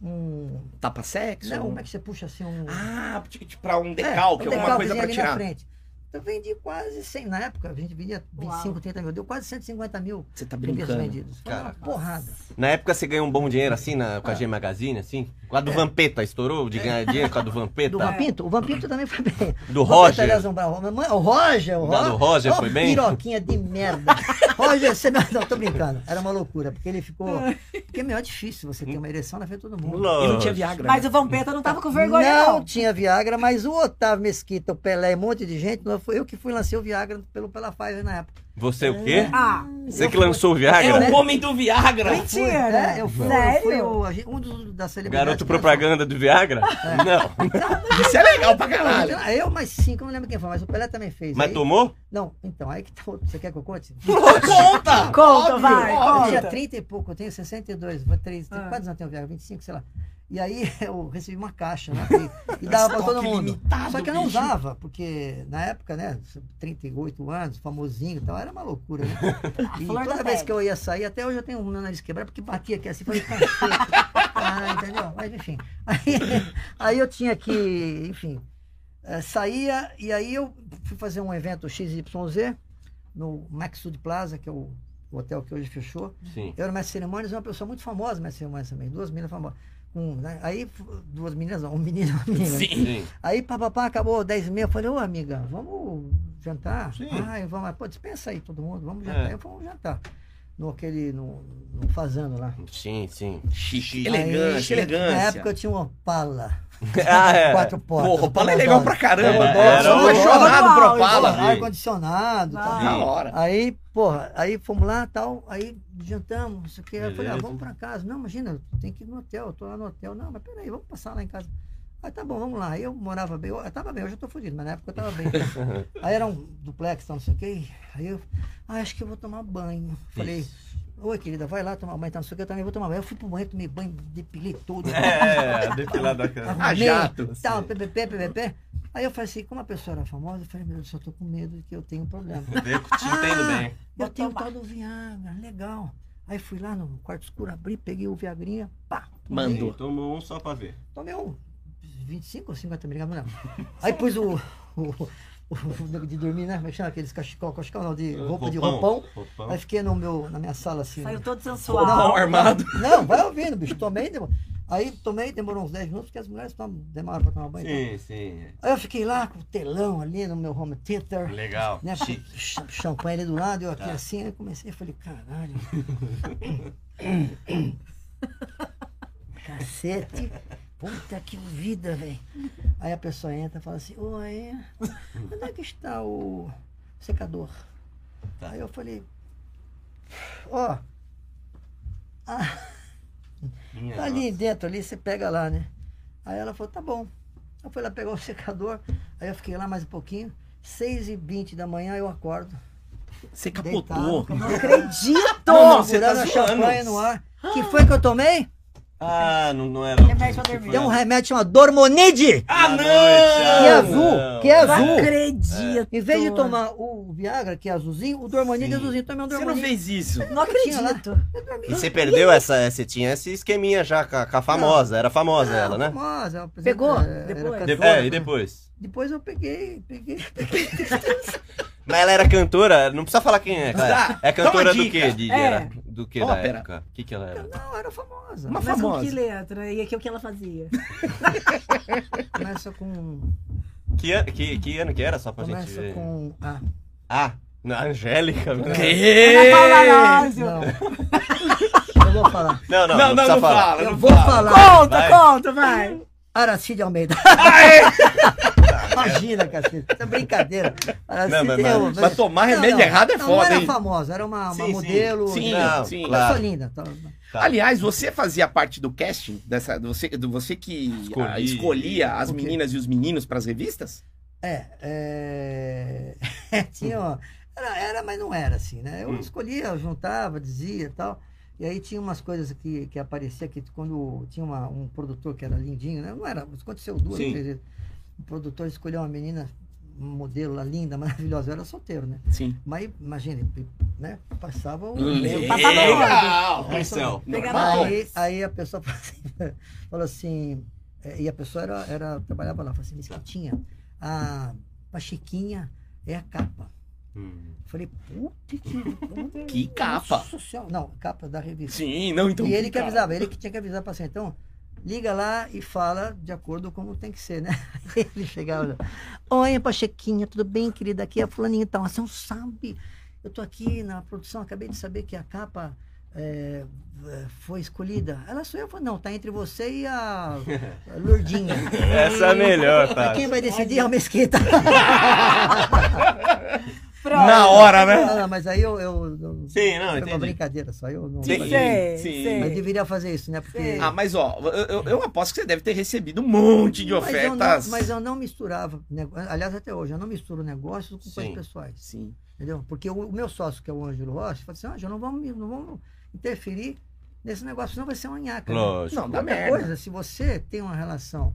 [SPEAKER 6] um
[SPEAKER 1] Tapa sexo?
[SPEAKER 6] não, como é que você puxa assim um.
[SPEAKER 1] Ah, tipo, tipo, pra um
[SPEAKER 6] É,
[SPEAKER 1] decalque,
[SPEAKER 6] um
[SPEAKER 1] alguma coisa
[SPEAKER 6] decalquezinho
[SPEAKER 1] pra
[SPEAKER 6] ali na
[SPEAKER 1] tirar.
[SPEAKER 6] frente. Eu vendi quase 100, na época a gente vendia 25,
[SPEAKER 3] Uau.
[SPEAKER 6] 30 mil, deu quase 150 mil
[SPEAKER 1] Você tá
[SPEAKER 6] revistas
[SPEAKER 1] brincando.
[SPEAKER 6] vendidas. Foi uma
[SPEAKER 2] Cara.
[SPEAKER 6] porrada.
[SPEAKER 2] Na época você ganhou um bom dinheiro assim na,
[SPEAKER 6] Ah.
[SPEAKER 2] com a G Magazine, assim? Com a do Vampeta, estourou de ganhar dinheiro com a do Vampeta?
[SPEAKER 6] É. Do Vampinto? O Vampinto também foi bem.
[SPEAKER 2] tá- Do
[SPEAKER 6] O Vampinto,
[SPEAKER 2] Roger?
[SPEAKER 6] aliás, um bra- Mamãe, O Roger, o Oh,
[SPEAKER 2] Da
[SPEAKER 6] Roger.
[SPEAKER 2] do Roger
[SPEAKER 6] Ó,
[SPEAKER 2] foi bem?
[SPEAKER 6] Piroquinha de merda. Roger, você não, não, tô brincando. Era uma loucura, porque ele ficou. Porque é melhor difícil você ter uma ereção na frente de todo mundo.
[SPEAKER 1] E
[SPEAKER 2] Lógico.
[SPEAKER 1] não tinha Viagra.
[SPEAKER 3] Mas
[SPEAKER 1] né?
[SPEAKER 3] o Vampeta não tava com vergonha, não.
[SPEAKER 6] Não tinha Viagra, mas o Otávio Mesquita, o Pelé, um monte de gente, não foi eu que fui lancei o Viagra pelo, pela Pfizer na época.
[SPEAKER 2] Você o quê?
[SPEAKER 6] É.
[SPEAKER 3] Ah,
[SPEAKER 2] Você que lançou o Viagra?
[SPEAKER 6] um
[SPEAKER 1] É o homem do Viagra.
[SPEAKER 3] mentira.
[SPEAKER 6] É, eu fui, eu
[SPEAKER 3] Sério?
[SPEAKER 6] fui o, a gente- um dos das celebridades.
[SPEAKER 2] Garoto propaganda do Viagra?
[SPEAKER 6] É.
[SPEAKER 2] Não.
[SPEAKER 1] Isso é legal pra
[SPEAKER 6] Ah,
[SPEAKER 1] caralho.
[SPEAKER 6] Eu mais cinco, eu não lembro quem foi, mas o Pelé também fez.
[SPEAKER 2] Mas
[SPEAKER 6] Aí-
[SPEAKER 2] tomou?
[SPEAKER 6] Não, então, aí que tá outro. Você quer que eu conte?
[SPEAKER 1] Conta!
[SPEAKER 3] Conta,
[SPEAKER 1] Óbvio,
[SPEAKER 3] vai,
[SPEAKER 1] óbvio.
[SPEAKER 6] Eu tinha
[SPEAKER 3] conta.
[SPEAKER 6] 30 e pouco, eu tenho 62, vou 3,
[SPEAKER 3] Ah.
[SPEAKER 6] quantos anos eu tenho, Viagra? 25, sei lá. E aí eu recebi uma caixa, né? E, e dava pra
[SPEAKER 1] Estoque
[SPEAKER 6] todo mundo.
[SPEAKER 1] limitado,
[SPEAKER 6] Só que eu não
[SPEAKER 1] bicho.
[SPEAKER 6] usava, porque na época, né, 38 anos, famosinho e tal, era uma loucura, né? E
[SPEAKER 3] Flor da
[SPEAKER 6] toda vez
[SPEAKER 3] pele.
[SPEAKER 6] que eu ia sair, até hoje eu tenho um meu nariz quebrado, porque batia aqui assim, falei, cacete. Ah, entendeu? Mas enfim. Aí, aí eu tinha que, enfim, eh, saía e aí eu fui fazer um evento XYZ no Maxud Plaza, que é o o hotel que hoje fechou.
[SPEAKER 2] Sim.
[SPEAKER 6] Eu era mestre de cerimônias, uma pessoa muito famosa, mestre de cerimônias também, duas meninas famosas. Um, né? Aí, f- duas meninas, não, um menino e uma menina.
[SPEAKER 1] Sim.
[SPEAKER 2] Sim.
[SPEAKER 6] Aí, papapá, acabou 10 e meia. Eu falei, ô amiga, vamos jantar? "Ah,
[SPEAKER 2] Sim.
[SPEAKER 6] Ai, vamos. Pô, dispensa aí todo mundo, vamos jantar.
[SPEAKER 2] É.
[SPEAKER 6] Eu vamos jantar. No aquele, no, no fazano lá.
[SPEAKER 2] Sim, sim.
[SPEAKER 1] Chique,
[SPEAKER 6] Aí,
[SPEAKER 1] elegante,
[SPEAKER 6] eu- Na
[SPEAKER 1] elegância.
[SPEAKER 6] época eu tinha um Opala,
[SPEAKER 2] Ah, é.
[SPEAKER 6] quatro portas.
[SPEAKER 1] Porra, o Opala é legal pra caramba.
[SPEAKER 2] É,
[SPEAKER 1] eu sou
[SPEAKER 2] era
[SPEAKER 6] um
[SPEAKER 2] o-
[SPEAKER 1] apaixonado por
[SPEAKER 3] Uau,
[SPEAKER 1] Opala.
[SPEAKER 2] Sim.
[SPEAKER 6] Ar-condicionado.
[SPEAKER 3] Não.
[SPEAKER 6] tal.
[SPEAKER 1] Da hora.
[SPEAKER 6] Aí, porra, aí fomos lá tal, aí jantamos, não sei o que. Eu falei, ah,
[SPEAKER 2] Beleza.
[SPEAKER 6] vamos pra casa. Não, imagina, tem que ir no hotel, eu tô lá no hotel. Não, mas peraí, vamos passar lá em casa. Ah, tá bom, vamos lá. Aí Eu morava bem, eu eu tava bem, hoje eu tô fodido, mas na época eu tava bem. aí era um duplex, tal, não sei o que. Aí eu, ah, acho que eu vou tomar banho. Falei, oi querida, vai lá tomar banho, tá, não sei o que, eu também vou tomar banho. Eu fui pro banheiro, tomei banho, depilei tudo.
[SPEAKER 2] É, depilado da cara.
[SPEAKER 1] Ah,
[SPEAKER 6] Arrumei,
[SPEAKER 1] jato.
[SPEAKER 6] Tal, PPP, PPP. Aí eu falei assim, como a pessoa era famosa, eu falei, meu Deus, eu só tô com medo de que eu tenho um problema.
[SPEAKER 4] Vê, te
[SPEAKER 2] tá
[SPEAKER 4] entendo bem.
[SPEAKER 6] Eu
[SPEAKER 3] Vou
[SPEAKER 6] tenho o
[SPEAKER 3] tomar.
[SPEAKER 6] tal do Viagra, legal. Aí fui lá no quarto escuro, abri, peguei o Viagrinha, pá. tomei.
[SPEAKER 1] Mandou.
[SPEAKER 2] Tomou um só pra ver.
[SPEAKER 6] Tomei um 25 ou 50 miligramas, não lembro. Aí pus o, o, o nego de dormir, né? Como é que chama aqueles cachecol, cachecol não, de roupa de
[SPEAKER 2] É, Roupão.
[SPEAKER 6] roupão. Aí fiquei no meu, na minha sala assim.
[SPEAKER 3] Saiu
[SPEAKER 6] né?
[SPEAKER 3] todo
[SPEAKER 1] Não,
[SPEAKER 3] sensual.
[SPEAKER 1] armado.
[SPEAKER 6] Não, vai ouvindo, bicho. Tomei, demorou. Aí tomei, demorou uns 10 minutos, porque as mulheres tomam, demoram pra tomar banho. e
[SPEAKER 2] Sim, sim.
[SPEAKER 6] tal. Aí eu fiquei lá com o telão ali no meu home theater.
[SPEAKER 2] Legal.
[SPEAKER 6] Né,
[SPEAKER 2] Chique.
[SPEAKER 6] ch- champanhe ali do lado, eu aqui assim, aí comecei, eu falei, caralho. Cacete. Puta que vida, velho. Aí a pessoa entra e fala assim, oi, onde é que está o secador?
[SPEAKER 2] Tá.
[SPEAKER 6] Aí eu falei, ó, tá
[SPEAKER 2] Minha
[SPEAKER 6] Tá ali dentro, ali você pega lá, né? Aí ela falou, tá bom. Eu fui lá pegar o secador, aí eu fiquei lá mais um pouquinho. 6h20 da manhã eu acordo.
[SPEAKER 1] Você
[SPEAKER 6] Deitado,
[SPEAKER 1] capotou.
[SPEAKER 6] com a mão
[SPEAKER 3] Não acredito!
[SPEAKER 1] Não, não, você
[SPEAKER 6] segurando
[SPEAKER 1] tá
[SPEAKER 6] a
[SPEAKER 1] zoando.
[SPEAKER 6] champanhe no ar. que foi que eu tomei?
[SPEAKER 2] Ah, não, não Tipo, é. era. o
[SPEAKER 3] Remédio pra
[SPEAKER 2] que
[SPEAKER 3] dormir.
[SPEAKER 2] foi
[SPEAKER 6] Tem um
[SPEAKER 2] a-
[SPEAKER 6] remédio chamado Dormonide,
[SPEAKER 1] Ah,
[SPEAKER 2] Boa
[SPEAKER 1] não!
[SPEAKER 2] noite,
[SPEAKER 6] que é azul, que é
[SPEAKER 3] Não
[SPEAKER 6] azul. É.
[SPEAKER 3] acredito!
[SPEAKER 6] Em vez de tomar o Viagra, que é azulzinho, o Dormonide é
[SPEAKER 2] Sim.
[SPEAKER 6] azulzinho. Tomei um
[SPEAKER 1] Você não
[SPEAKER 6] Dormonide.
[SPEAKER 1] fez isso.
[SPEAKER 3] Não acredito!
[SPEAKER 2] E você perdeu essa. eh, Você tinha esse esqueminha já com a, com a famosa. Era famosa ela, né?
[SPEAKER 6] Famosa, ela apresenta-
[SPEAKER 3] Pegou?
[SPEAKER 6] era
[SPEAKER 3] Depois?
[SPEAKER 6] cantora.
[SPEAKER 2] De- é, e depois?
[SPEAKER 6] Depois eu peguei, peguei.
[SPEAKER 2] Mas ela era cantora, não precisa falar quem é, claro.
[SPEAKER 1] Tá,
[SPEAKER 2] É
[SPEAKER 1] dá
[SPEAKER 2] cantora
[SPEAKER 1] uma
[SPEAKER 2] do
[SPEAKER 1] dica.
[SPEAKER 2] quê? De,
[SPEAKER 3] É.
[SPEAKER 2] era- do que da
[SPEAKER 1] Ópera.
[SPEAKER 2] época? O que, que ela era?
[SPEAKER 6] Não, era famosa.
[SPEAKER 1] Uma
[SPEAKER 3] Mas com que
[SPEAKER 1] famosa.
[SPEAKER 3] letra? E aqui é o que ela fazia?
[SPEAKER 6] Começa com.
[SPEAKER 2] Que, an- que, que ano que era, só pra gente
[SPEAKER 6] Começa
[SPEAKER 2] ver?
[SPEAKER 6] com. Ah,
[SPEAKER 2] Ah, na Angélica. né?
[SPEAKER 1] Quê?
[SPEAKER 6] não. eu vou falar.
[SPEAKER 1] Não,
[SPEAKER 2] Não, não, não,
[SPEAKER 1] não, não,
[SPEAKER 2] precisa falar.
[SPEAKER 1] fala.
[SPEAKER 6] Eu
[SPEAKER 1] não
[SPEAKER 6] vou
[SPEAKER 1] fala.
[SPEAKER 6] falar.
[SPEAKER 3] Conta,
[SPEAKER 2] Vai.
[SPEAKER 3] conta, vai!
[SPEAKER 6] Aracide Almeida. Imagina, cacete. Isso é brincadeira. Aracide
[SPEAKER 2] Não, mas-
[SPEAKER 6] é
[SPEAKER 2] mas-
[SPEAKER 6] um-
[SPEAKER 1] Mas tomar
[SPEAKER 6] Não,
[SPEAKER 1] remédio
[SPEAKER 6] não.
[SPEAKER 1] errado é
[SPEAKER 6] Não,
[SPEAKER 1] foda,
[SPEAKER 6] Não
[SPEAKER 1] hein?
[SPEAKER 6] era famosa, era uma, uma
[SPEAKER 2] Sim, sim.
[SPEAKER 6] modelo.
[SPEAKER 1] Sim,
[SPEAKER 6] né?
[SPEAKER 2] Não,
[SPEAKER 1] sim.
[SPEAKER 6] Mas
[SPEAKER 2] claro.
[SPEAKER 6] só linda. tá?
[SPEAKER 2] Tá.
[SPEAKER 1] Aliás, você fazia parte do casting? Dessa, do você, do você que
[SPEAKER 2] Escolhi.
[SPEAKER 1] ah, escolhia as
[SPEAKER 6] O quê?
[SPEAKER 1] meninas e os meninos pras revistas?
[SPEAKER 6] É, é... tinha uma... era, era, mas não era assim, né? Eu
[SPEAKER 2] Hum.
[SPEAKER 6] escolhia, juntava, dizia e tal. E aí tinha umas coisas que, que aparecia que quando tinha uma- um produtor que era lindinho, né? Não era, mas aconteceu duas,
[SPEAKER 2] Sim.
[SPEAKER 6] três vezes. O produtor escolheu uma menina, um modelo lá, linda, maravilhosa. Eu era solteiro, né?
[SPEAKER 1] Sim.
[SPEAKER 6] Mas imagina, né? Passava o.
[SPEAKER 3] Passava
[SPEAKER 1] Legal!
[SPEAKER 2] Marcel.
[SPEAKER 1] Normal.
[SPEAKER 3] Pegava
[SPEAKER 6] Aí, aí a pessoa falou assim, falou assim, é, e a pessoa era, era- trabalhava lá, falou assim, Mesquitinha, a Pachiquinha é a capa.
[SPEAKER 2] Hum.
[SPEAKER 6] Falei, puta que.
[SPEAKER 1] Que capa.
[SPEAKER 6] Nossa Senhora. Não, capa da revista.
[SPEAKER 1] Sim, não, então.
[SPEAKER 6] e ele que
[SPEAKER 1] cara.
[SPEAKER 6] avisava, ele que tinha que avisar pra você. Então, liga lá e fala de acordo com como tem que ser, né? Ele chegava. Oi, é Pachequinha, tudo bem, querida? Aqui é fulaninha e tal. Você não sabe. Eu tô aqui na produção, acabei de saber que a capa é, é, foi escolhida. Ela sou eu, eu falei, não, tá entre você e a a Lourdinha.
[SPEAKER 2] Essa é a melhor, tá?
[SPEAKER 6] Quem vai decidir é o Mesquita.
[SPEAKER 3] Pronto.
[SPEAKER 1] Na hora, né?
[SPEAKER 6] Ah, mas aí eu. eu, eu-
[SPEAKER 2] Tá, Sim, não,
[SPEAKER 6] foi uma
[SPEAKER 2] entendi.
[SPEAKER 6] brincadeira só. Eu não.
[SPEAKER 2] Sim.
[SPEAKER 3] Sei,
[SPEAKER 1] Sim.
[SPEAKER 3] sei.
[SPEAKER 6] Mas deveria fazer isso, né? Porque.
[SPEAKER 3] Sim.
[SPEAKER 1] Ah, mas ó, eu, eu- eu aposto que você deve ter recebido um monte de
[SPEAKER 6] Mas eu,
[SPEAKER 1] ofertas.
[SPEAKER 6] não, mas eu não misturava, nego- aliás, até hoje, eu não misturo negócios com
[SPEAKER 2] Sim.
[SPEAKER 6] coisas pessoais,
[SPEAKER 1] Sim.
[SPEAKER 6] entendeu? Porque o, o meu sócio, que é o Ângelo Rossi, falou assim, Ângelo, não vamos, me- não vamos interferir nesse negócio, senão vai ser uma nhaca. né?"
[SPEAKER 2] Lógico.
[SPEAKER 1] Não, dá
[SPEAKER 6] Outra
[SPEAKER 1] merda.
[SPEAKER 6] coisa, se você tem uma relação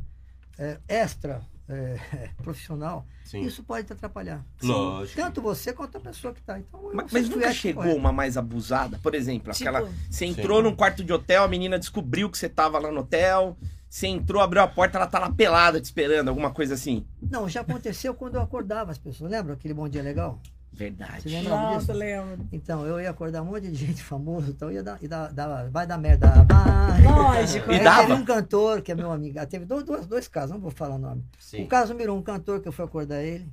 [SPEAKER 6] é, extra é, profissional,
[SPEAKER 2] Sim.
[SPEAKER 6] isso pode te atrapalhar.
[SPEAKER 2] Lógico.
[SPEAKER 6] Tanto você quanto a pessoa que está. Então, eu
[SPEAKER 1] Mas,
[SPEAKER 6] sempre
[SPEAKER 1] mas
[SPEAKER 6] fui
[SPEAKER 1] nunca
[SPEAKER 6] ético,
[SPEAKER 1] chegou
[SPEAKER 6] correto.
[SPEAKER 1] uma mais abusada? Por exemplo,
[SPEAKER 3] Tipo,
[SPEAKER 1] aquela. Você entrou
[SPEAKER 2] Sim.
[SPEAKER 1] num quarto de hotel, a menina descobriu que você tava lá no hotel. Você entrou, abriu a porta, ela tá lá pelada te esperando, alguma coisa assim.
[SPEAKER 6] Não, já aconteceu quando eu acordava as pessoas. Lembra aquele bom dia legal? Você
[SPEAKER 1] Verdade.
[SPEAKER 6] lembra disso?
[SPEAKER 3] Tipo, Nossa, lembro.
[SPEAKER 6] Então, eu ia acordar um monte de gente famosa, então ia dar, ia dar- dar- vai dar merda, vai.
[SPEAKER 3] Lógico.
[SPEAKER 1] E
[SPEAKER 6] Aí
[SPEAKER 1] dava?
[SPEAKER 6] Teve um cantor, que é meu amigo, ah, teve dois, dois, dois casos, não vou falar o nome.
[SPEAKER 2] Sim.
[SPEAKER 6] O caso número um, um cantor que eu fui acordar ele,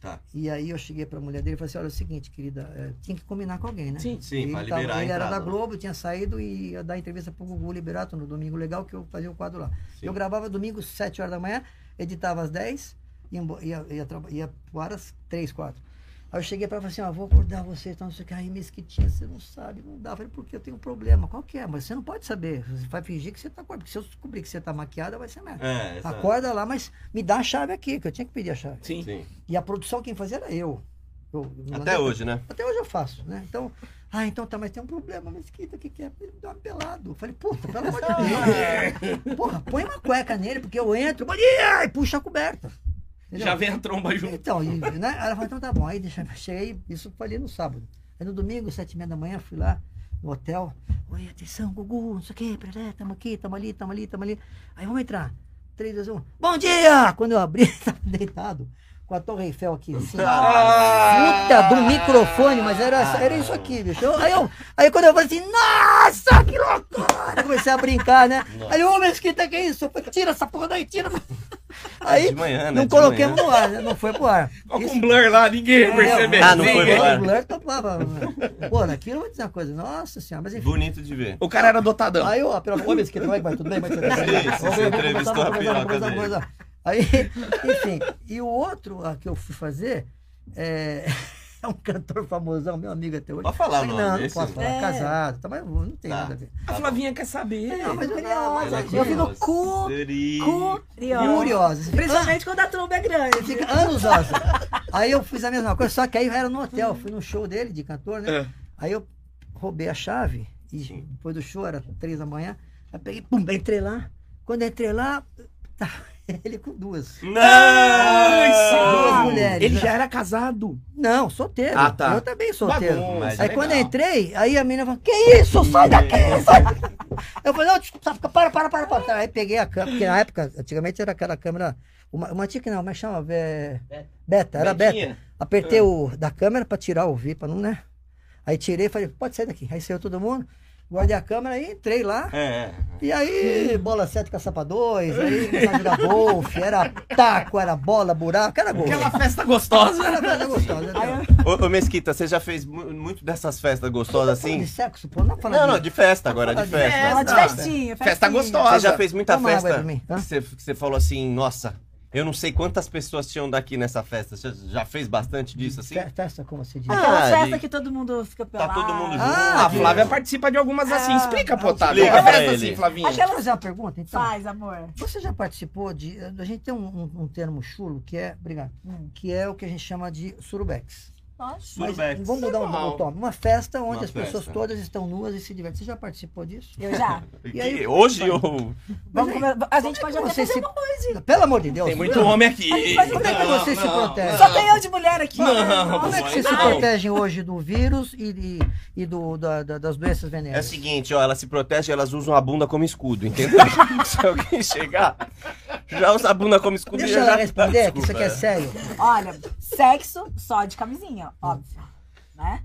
[SPEAKER 2] Tá.
[SPEAKER 6] e aí eu cheguei pra mulher dele e falei assim, olha, é o seguinte, querida, é, tinha que combinar com alguém, né?
[SPEAKER 1] Sim.
[SPEAKER 2] Sim,
[SPEAKER 6] ele,
[SPEAKER 2] pra
[SPEAKER 6] tava-
[SPEAKER 2] liberar a
[SPEAKER 6] ele era da
[SPEAKER 2] entrada. né?
[SPEAKER 6] Globo, tinha saído e ia dar entrevista pro Gugu Liberato no Domingo Legal, que eu fazia o quadro lá.
[SPEAKER 2] Sim.
[SPEAKER 6] Eu gravava domingo, 7 horas da manhã, editava às 10, ia, embo- ia, ia, traba- ia pro ar às 3, 4. Aí eu cheguei pra ela e falei assim, ó, vou acordar você, então, não sei o que, aí mesquitinha, você não sabe, não dá. Eu falei, porque eu tenho um problema, qual que é? Mas você não pode saber, você vai fingir que você tá acordado, porque se eu descobrir que você tá maquiada, vai ser merda.
[SPEAKER 2] É, essa...
[SPEAKER 6] Acorda lá, mas me dá a chave aqui, que eu tinha que pedir a chave.
[SPEAKER 1] Sim.
[SPEAKER 2] Sim.
[SPEAKER 6] E a produção quem fazia era eu. Eu- eu mandei-
[SPEAKER 2] Até hoje, né?
[SPEAKER 6] até hoje eu faço, né? Então, ah, então tá, mas tem um problema, mesquita, o que que é? Ele me deu uma pelado. Eu falei, puta, pelo amor de Deus. Porra, põe uma cueca nele, porque eu entro, bom dia, e puxa a coberta. Entendeu?
[SPEAKER 1] Já vem a tromba junto.
[SPEAKER 6] Então, e, né? Ela falou, então tá bom. Aí deixa, cheguei, isso foi ali no sábado. Aí no domingo, sete e meia da manhã, fui lá no hotel. Oi, atenção, Gugu, não sei o quê, pereré, tamo aqui, tamo ali, tamo ali, tamo ali. Aí vamos entrar. Três, dois, um. Bom dia! Quando eu abri, tava deitado. com a Torre Eiffel aqui. Assim,
[SPEAKER 1] Ah!
[SPEAKER 6] puta do microfone, mas era, era isso aqui, bicho. Eu- Aí, eu, aí quando eu falei assim, nossa, que loucura! Eu comecei a brincar, né? Aí ele, ô, Mesquita, que é isso? Eu falei, tira essa porra daí, tira. Aí,
[SPEAKER 2] de manhã, né?
[SPEAKER 6] não
[SPEAKER 2] De
[SPEAKER 6] coloquemos
[SPEAKER 2] manhã.
[SPEAKER 6] no ar, né? não foi pro ar.
[SPEAKER 1] Olha
[SPEAKER 2] um
[SPEAKER 1] com um blur lá, ninguém
[SPEAKER 6] É,
[SPEAKER 1] percebeu.
[SPEAKER 2] Ah, não foi
[SPEAKER 1] Ninguém.
[SPEAKER 2] pro ar.
[SPEAKER 6] O Blur topava. Pô, naquilo eu vou dizer uma coisa, nossa senhora, mas enfim.
[SPEAKER 2] Bonito de ver.
[SPEAKER 1] O cara era dotadão.
[SPEAKER 6] Aí, ó, pelo amor de Deus, como é que vai? Tudo bem? Vai tudo bem?
[SPEAKER 2] Isso,
[SPEAKER 6] Vamos
[SPEAKER 2] você
[SPEAKER 6] ver, vamos
[SPEAKER 2] entrevistou
[SPEAKER 6] conversar,
[SPEAKER 2] a
[SPEAKER 6] vamos
[SPEAKER 2] piroca
[SPEAKER 6] conversar,
[SPEAKER 2] dele.
[SPEAKER 6] vamos conversar. Aí, enfim, e o outro ah, que eu fui fazer é, é um cantor famosão, meu amigo até hoje.
[SPEAKER 2] Pode falar o
[SPEAKER 6] Mas
[SPEAKER 2] nome
[SPEAKER 6] não, não
[SPEAKER 2] desse?
[SPEAKER 6] posso falar,
[SPEAKER 3] É.
[SPEAKER 6] casado, tá, mas não tem
[SPEAKER 2] Tá.
[SPEAKER 6] nada a ver.
[SPEAKER 1] A Flavinha "Ah, quer saber.
[SPEAKER 6] Não, mas eu
[SPEAKER 3] Curiosa,
[SPEAKER 2] é
[SPEAKER 6] curiosa,
[SPEAKER 3] eu fico cu, curiosa.
[SPEAKER 6] curiosa. assim, Você fica,
[SPEAKER 3] Principalmente quando a tromba é grande.
[SPEAKER 6] você fica anos óssea. Aí eu fiz a mesma coisa, só que aí eu era no hotel, fui num show dele de cantor, né?
[SPEAKER 1] É.
[SPEAKER 6] Aí eu roubei a chave, e depois do show, era três da manhã, aí peguei, pum, entrei lá. Quando eu entrei lá, tava ele com duas.
[SPEAKER 1] Ah,
[SPEAKER 6] é Duas
[SPEAKER 2] Não!
[SPEAKER 6] mulheres.
[SPEAKER 1] Ele já era casado.
[SPEAKER 6] Não, solteiro.
[SPEAKER 1] Ah, tá.
[SPEAKER 6] Eu também solteiro.
[SPEAKER 1] Bagunça. é
[SPEAKER 2] Mas
[SPEAKER 6] Aí
[SPEAKER 2] legal.
[SPEAKER 6] quando eu entrei, aí a menina falou, que isso? Sai daqui,
[SPEAKER 1] Hum.
[SPEAKER 6] sai daqui. Eu falei, não, desculpa, fica- para, para, para, para. Aí peguei a câmera, porque na época, antigamente era aquela câmera, uma, uma antiga não, mas chama, é, beta, era beta.
[SPEAKER 1] Betinha. Ah.
[SPEAKER 6] Apertei o da câmera pra tirar o VIP, pra não, né? Aí tirei, falei, pode sair daqui. Aí saiu todo mundo, guardei a câmera e entrei lá.
[SPEAKER 2] É.
[SPEAKER 6] E aí, bola 7 caçapa 2, aí começava a jogar golfe, era taco, era bola, buraco, era golfe.
[SPEAKER 1] Aquela festa gostosa.
[SPEAKER 6] Era coisa gostosa, né?
[SPEAKER 2] Ô, ô, Mesquita, você já fez mu- muito dessas festas gostosas
[SPEAKER 6] Falando
[SPEAKER 2] assim?
[SPEAKER 6] de sexo, pô, não fala
[SPEAKER 2] Não, não, de festa agora, de
[SPEAKER 6] Vamos falar de
[SPEAKER 3] É uma
[SPEAKER 2] festa.
[SPEAKER 3] de festinha,
[SPEAKER 1] Festa
[SPEAKER 3] festinha.
[SPEAKER 1] gostosa.
[SPEAKER 2] Você já fez muita
[SPEAKER 6] Toma água pra
[SPEAKER 2] festa
[SPEAKER 6] mim,
[SPEAKER 2] que
[SPEAKER 6] tá?
[SPEAKER 2] você, que você falou assim, nossa, eu não sei quantas pessoas tinham daqui nessa festa. Você já fez bastante disso assim?
[SPEAKER 6] Fe- Festa, como se diz?
[SPEAKER 2] Ah,
[SPEAKER 3] Aquela festa
[SPEAKER 2] ali.
[SPEAKER 3] que todo mundo fica pelado.
[SPEAKER 2] Tá todo mundo junto.
[SPEAKER 6] Ah,
[SPEAKER 1] A Flávia participa de algumas assim.
[SPEAKER 3] Ah,
[SPEAKER 1] Explica, pô, tá?
[SPEAKER 2] explica
[SPEAKER 1] Uma
[SPEAKER 2] pra
[SPEAKER 1] festa
[SPEAKER 2] ele.
[SPEAKER 1] assim, Flavinha.
[SPEAKER 6] Deixa eu fazer uma pergunta, então.
[SPEAKER 3] Faz, amor.
[SPEAKER 6] Você já participou de... A gente tem um, um- um termo chulo que é... Obrigado.
[SPEAKER 2] Hum.
[SPEAKER 6] Que é o que a gente chama de surubex.
[SPEAKER 3] Lógico.
[SPEAKER 6] Mas
[SPEAKER 2] Surubex.
[SPEAKER 6] Vamos mudar um pouco
[SPEAKER 1] Normal.
[SPEAKER 6] o tom. Uma festa onde
[SPEAKER 2] Uma
[SPEAKER 6] as pessoas
[SPEAKER 2] festa.
[SPEAKER 6] todas estão nuas e se divertem. Você já participou disso?
[SPEAKER 3] Eu já.
[SPEAKER 2] Que-
[SPEAKER 6] aí-
[SPEAKER 2] hoje ou
[SPEAKER 3] Vamos
[SPEAKER 6] aí,
[SPEAKER 3] comer- A gente
[SPEAKER 6] como
[SPEAKER 3] pode
[SPEAKER 6] é que
[SPEAKER 3] até fazer
[SPEAKER 6] você se-
[SPEAKER 3] uma coisa.
[SPEAKER 6] Pelo amor de Deus.
[SPEAKER 1] Tem muito
[SPEAKER 6] não.
[SPEAKER 1] homem aqui.
[SPEAKER 3] Mas
[SPEAKER 6] Como é que
[SPEAKER 1] Não,
[SPEAKER 6] você se
[SPEAKER 1] não.
[SPEAKER 6] protege?
[SPEAKER 3] Só tem eu de mulher aqui.
[SPEAKER 1] Não.
[SPEAKER 6] Como é que
[SPEAKER 1] Não.
[SPEAKER 6] vocês se
[SPEAKER 1] Não.
[SPEAKER 6] protegem hoje do vírus e, de- e do, da- da- das doenças
[SPEAKER 2] É o
[SPEAKER 6] venéreas?
[SPEAKER 2] seguinte, ó, elas se protegem, elas usam a bunda como escudo, entendeu? Se alguém chegar, já usa a bunda como escudo
[SPEAKER 6] Deixa
[SPEAKER 2] e já
[SPEAKER 6] ela
[SPEAKER 2] já-
[SPEAKER 6] responder, que isso aqui é
[SPEAKER 2] Desculpa.
[SPEAKER 6] sério.
[SPEAKER 3] Olha, sexo só de camisinha, óbvio, né?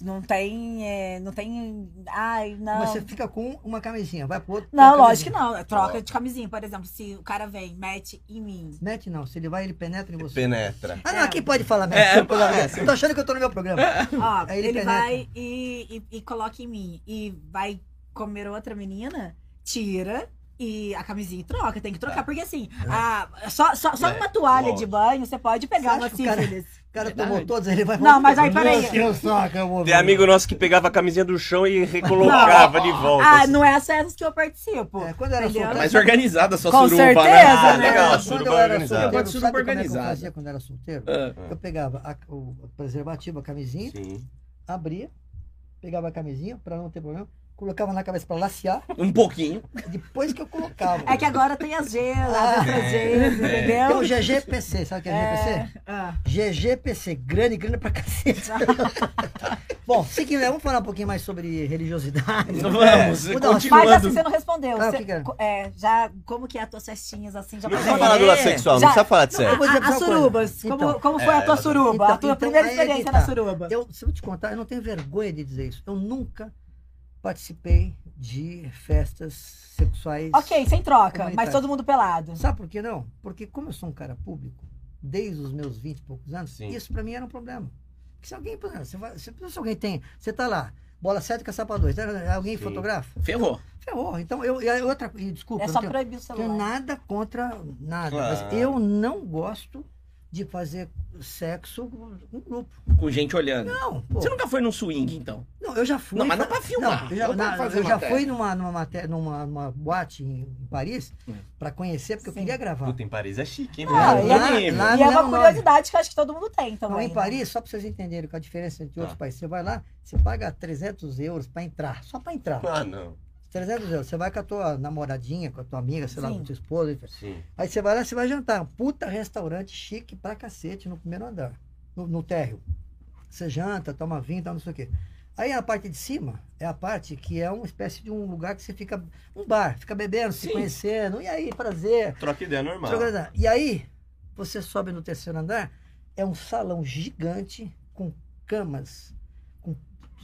[SPEAKER 3] Não tem, é, não tem, ai, não.
[SPEAKER 6] Mas você fica com uma camisinha, vai pro outro.
[SPEAKER 3] Não, lógico que não. É Troca de camisinha, por exemplo, se o cara vem, mete em mim.
[SPEAKER 6] Mete não, se ele vai, ele penetra em você.
[SPEAKER 2] Penetra.
[SPEAKER 6] Ah, não, aqui pode falar, mete.
[SPEAKER 1] É,
[SPEAKER 6] sem problema. Tô achando que eu tô no meu programa.
[SPEAKER 3] Ó,
[SPEAKER 6] Aí
[SPEAKER 3] ele,
[SPEAKER 6] ele penetra.
[SPEAKER 3] vai e, e, e coloca em mim e vai comer outra menina, tira. E a camisinha troca, tem que
[SPEAKER 1] É.
[SPEAKER 3] trocar, porque assim, a- só, só, só
[SPEAKER 2] É,
[SPEAKER 3] uma toalha de
[SPEAKER 2] lógico.
[SPEAKER 3] banho você pode pegar
[SPEAKER 6] Você
[SPEAKER 3] uma
[SPEAKER 6] acha que o cara-
[SPEAKER 3] sífilis.
[SPEAKER 6] O cara
[SPEAKER 1] Verdade.
[SPEAKER 6] tomou todos, ele vai
[SPEAKER 3] Não, mas aí, peraí.
[SPEAKER 6] Nossa, eu É, só acabou.
[SPEAKER 2] Tem amigo nosso que pegava a camisinha do chão e recolocava de volta.
[SPEAKER 3] Ah,
[SPEAKER 2] assim.
[SPEAKER 3] não é essas que eu participo.
[SPEAKER 6] É, quando era
[SPEAKER 3] entendeu?
[SPEAKER 6] solteiro,
[SPEAKER 1] Mas organizada a sua
[SPEAKER 3] Com
[SPEAKER 1] suruba,
[SPEAKER 3] certeza,
[SPEAKER 1] né?
[SPEAKER 2] Ah, né? legal,
[SPEAKER 6] Quando
[SPEAKER 2] suruba
[SPEAKER 6] eu era
[SPEAKER 2] organizada.
[SPEAKER 6] solteiro,
[SPEAKER 1] Suruba
[SPEAKER 6] sabe como é que eu
[SPEAKER 1] organizada.
[SPEAKER 6] fazia quando era solteiro?
[SPEAKER 1] Ah.
[SPEAKER 6] Eu pegava a- o preservativo, a camisinha,
[SPEAKER 2] Sim.
[SPEAKER 6] abria, pegava a camisinha, pra não ter problema, colocava na cabeça pra lacear,
[SPEAKER 1] Um pouquinho.
[SPEAKER 6] depois que eu colocava.
[SPEAKER 3] É que agora tem as G
[SPEAKER 6] Ah,
[SPEAKER 3] lá, as G,
[SPEAKER 6] Tem o
[SPEAKER 3] entendeu?
[SPEAKER 6] GGPC, sabe o que é GGPC?
[SPEAKER 3] Ah.
[SPEAKER 6] GGPC, grande, grande pra cacete. Bom, seguindo, vamos falar um pouquinho mais sobre religiosidade. É.
[SPEAKER 1] Vamos,
[SPEAKER 6] Vou dar uma-
[SPEAKER 3] Mas assim,
[SPEAKER 1] continuando.
[SPEAKER 3] você não respondeu.
[SPEAKER 6] Ah, o
[SPEAKER 3] Você-
[SPEAKER 6] que que é?
[SPEAKER 3] co- é, já, como que é as tuas festinhas, assim? Já
[SPEAKER 2] Não precisa
[SPEAKER 3] passou-
[SPEAKER 2] falar do lado sexual, não
[SPEAKER 3] Já-
[SPEAKER 2] precisa falar de
[SPEAKER 6] Eu
[SPEAKER 2] sério.
[SPEAKER 6] vou dizer pra
[SPEAKER 3] as
[SPEAKER 6] você uma coisa.
[SPEAKER 3] Ah, surubas, como,
[SPEAKER 6] Então,
[SPEAKER 3] como foi a tua
[SPEAKER 2] é,
[SPEAKER 3] suruba?
[SPEAKER 6] então-
[SPEAKER 3] a tua
[SPEAKER 6] então,
[SPEAKER 3] primeira
[SPEAKER 6] aí é que
[SPEAKER 3] experiência
[SPEAKER 6] tá.
[SPEAKER 3] na suruba?
[SPEAKER 6] Eu, se eu te contar, eu não tenho vergonha de dizer isso. Eu nunca participei de festas sexuais.
[SPEAKER 3] Ok, sem troca, mas
[SPEAKER 6] Comunitário.
[SPEAKER 3] todo mundo pelado.
[SPEAKER 6] Sabe por que não? Porque como eu sou um cara público, desde os meus 20 e poucos anos,
[SPEAKER 2] Sim.
[SPEAKER 6] isso pra mim era um problema. Porque se alguém, por exemplo, você vai- se, se alguém tem, você tá lá, bola 7 caçapa 2, né? alguém
[SPEAKER 2] Sim.
[SPEAKER 6] fotografa?
[SPEAKER 1] Ferrou.
[SPEAKER 6] Ferrou. Então, eu, e aí outra, e desculpa,
[SPEAKER 3] É
[SPEAKER 6] eu
[SPEAKER 3] só
[SPEAKER 6] não tenho-
[SPEAKER 3] proibir o
[SPEAKER 6] Não tenho
[SPEAKER 3] celular.
[SPEAKER 6] nada contra nada.
[SPEAKER 2] Claro.
[SPEAKER 6] Mas eu não gosto de fazer sexo com um grupo.
[SPEAKER 1] Com gente olhando.
[SPEAKER 6] Não, pô.
[SPEAKER 1] Você nunca foi num swing, então?
[SPEAKER 6] Não, eu já fui.
[SPEAKER 1] Não, mas não pra filmar,
[SPEAKER 6] eu já,
[SPEAKER 1] não pra
[SPEAKER 6] na-
[SPEAKER 1] fazer
[SPEAKER 6] eu já
[SPEAKER 1] matéria.
[SPEAKER 6] fui numa, numa, maté- numa, numa boate em em Paris
[SPEAKER 1] Hum.
[SPEAKER 6] pra conhecer, porque
[SPEAKER 3] Sim.
[SPEAKER 6] eu queria gravar.
[SPEAKER 2] Puta, em Paris é chique, hein?
[SPEAKER 3] Ah,
[SPEAKER 2] meu?
[SPEAKER 3] e é- E é
[SPEAKER 6] não,
[SPEAKER 3] uma
[SPEAKER 6] não.
[SPEAKER 3] curiosidade que eu acho que todo mundo tem
[SPEAKER 6] Não,
[SPEAKER 3] também.
[SPEAKER 6] em
[SPEAKER 3] né?
[SPEAKER 6] Paris, só pra vocês entenderem qual a diferença entre outros
[SPEAKER 2] Tá.
[SPEAKER 6] países. Você vai lá, você paga 300 euros pra entrar, só pra entrar.
[SPEAKER 2] Ah, não.
[SPEAKER 6] 300 euros. Você vai com a tua namoradinha, com a tua amiga, sei lá,
[SPEAKER 3] Sim.
[SPEAKER 6] com a tua esposa, enfim.
[SPEAKER 2] Sim.
[SPEAKER 6] Aí você vai lá, você vai jantar. Um Puta restaurante chique pra cacete no primeiro andar, no, no térreo. Você janta, toma vinho, tal, não sei o quê. Aí a parte de cima é a parte que é uma espécie de um lugar que você fica. Um bar, fica bebendo, se
[SPEAKER 1] Sim.
[SPEAKER 6] conhecendo. E aí, prazer.
[SPEAKER 2] Troca ideia normal.
[SPEAKER 6] trocando ideia. E aí, Você sobe no terceiro andar, é um salão gigante com camas, com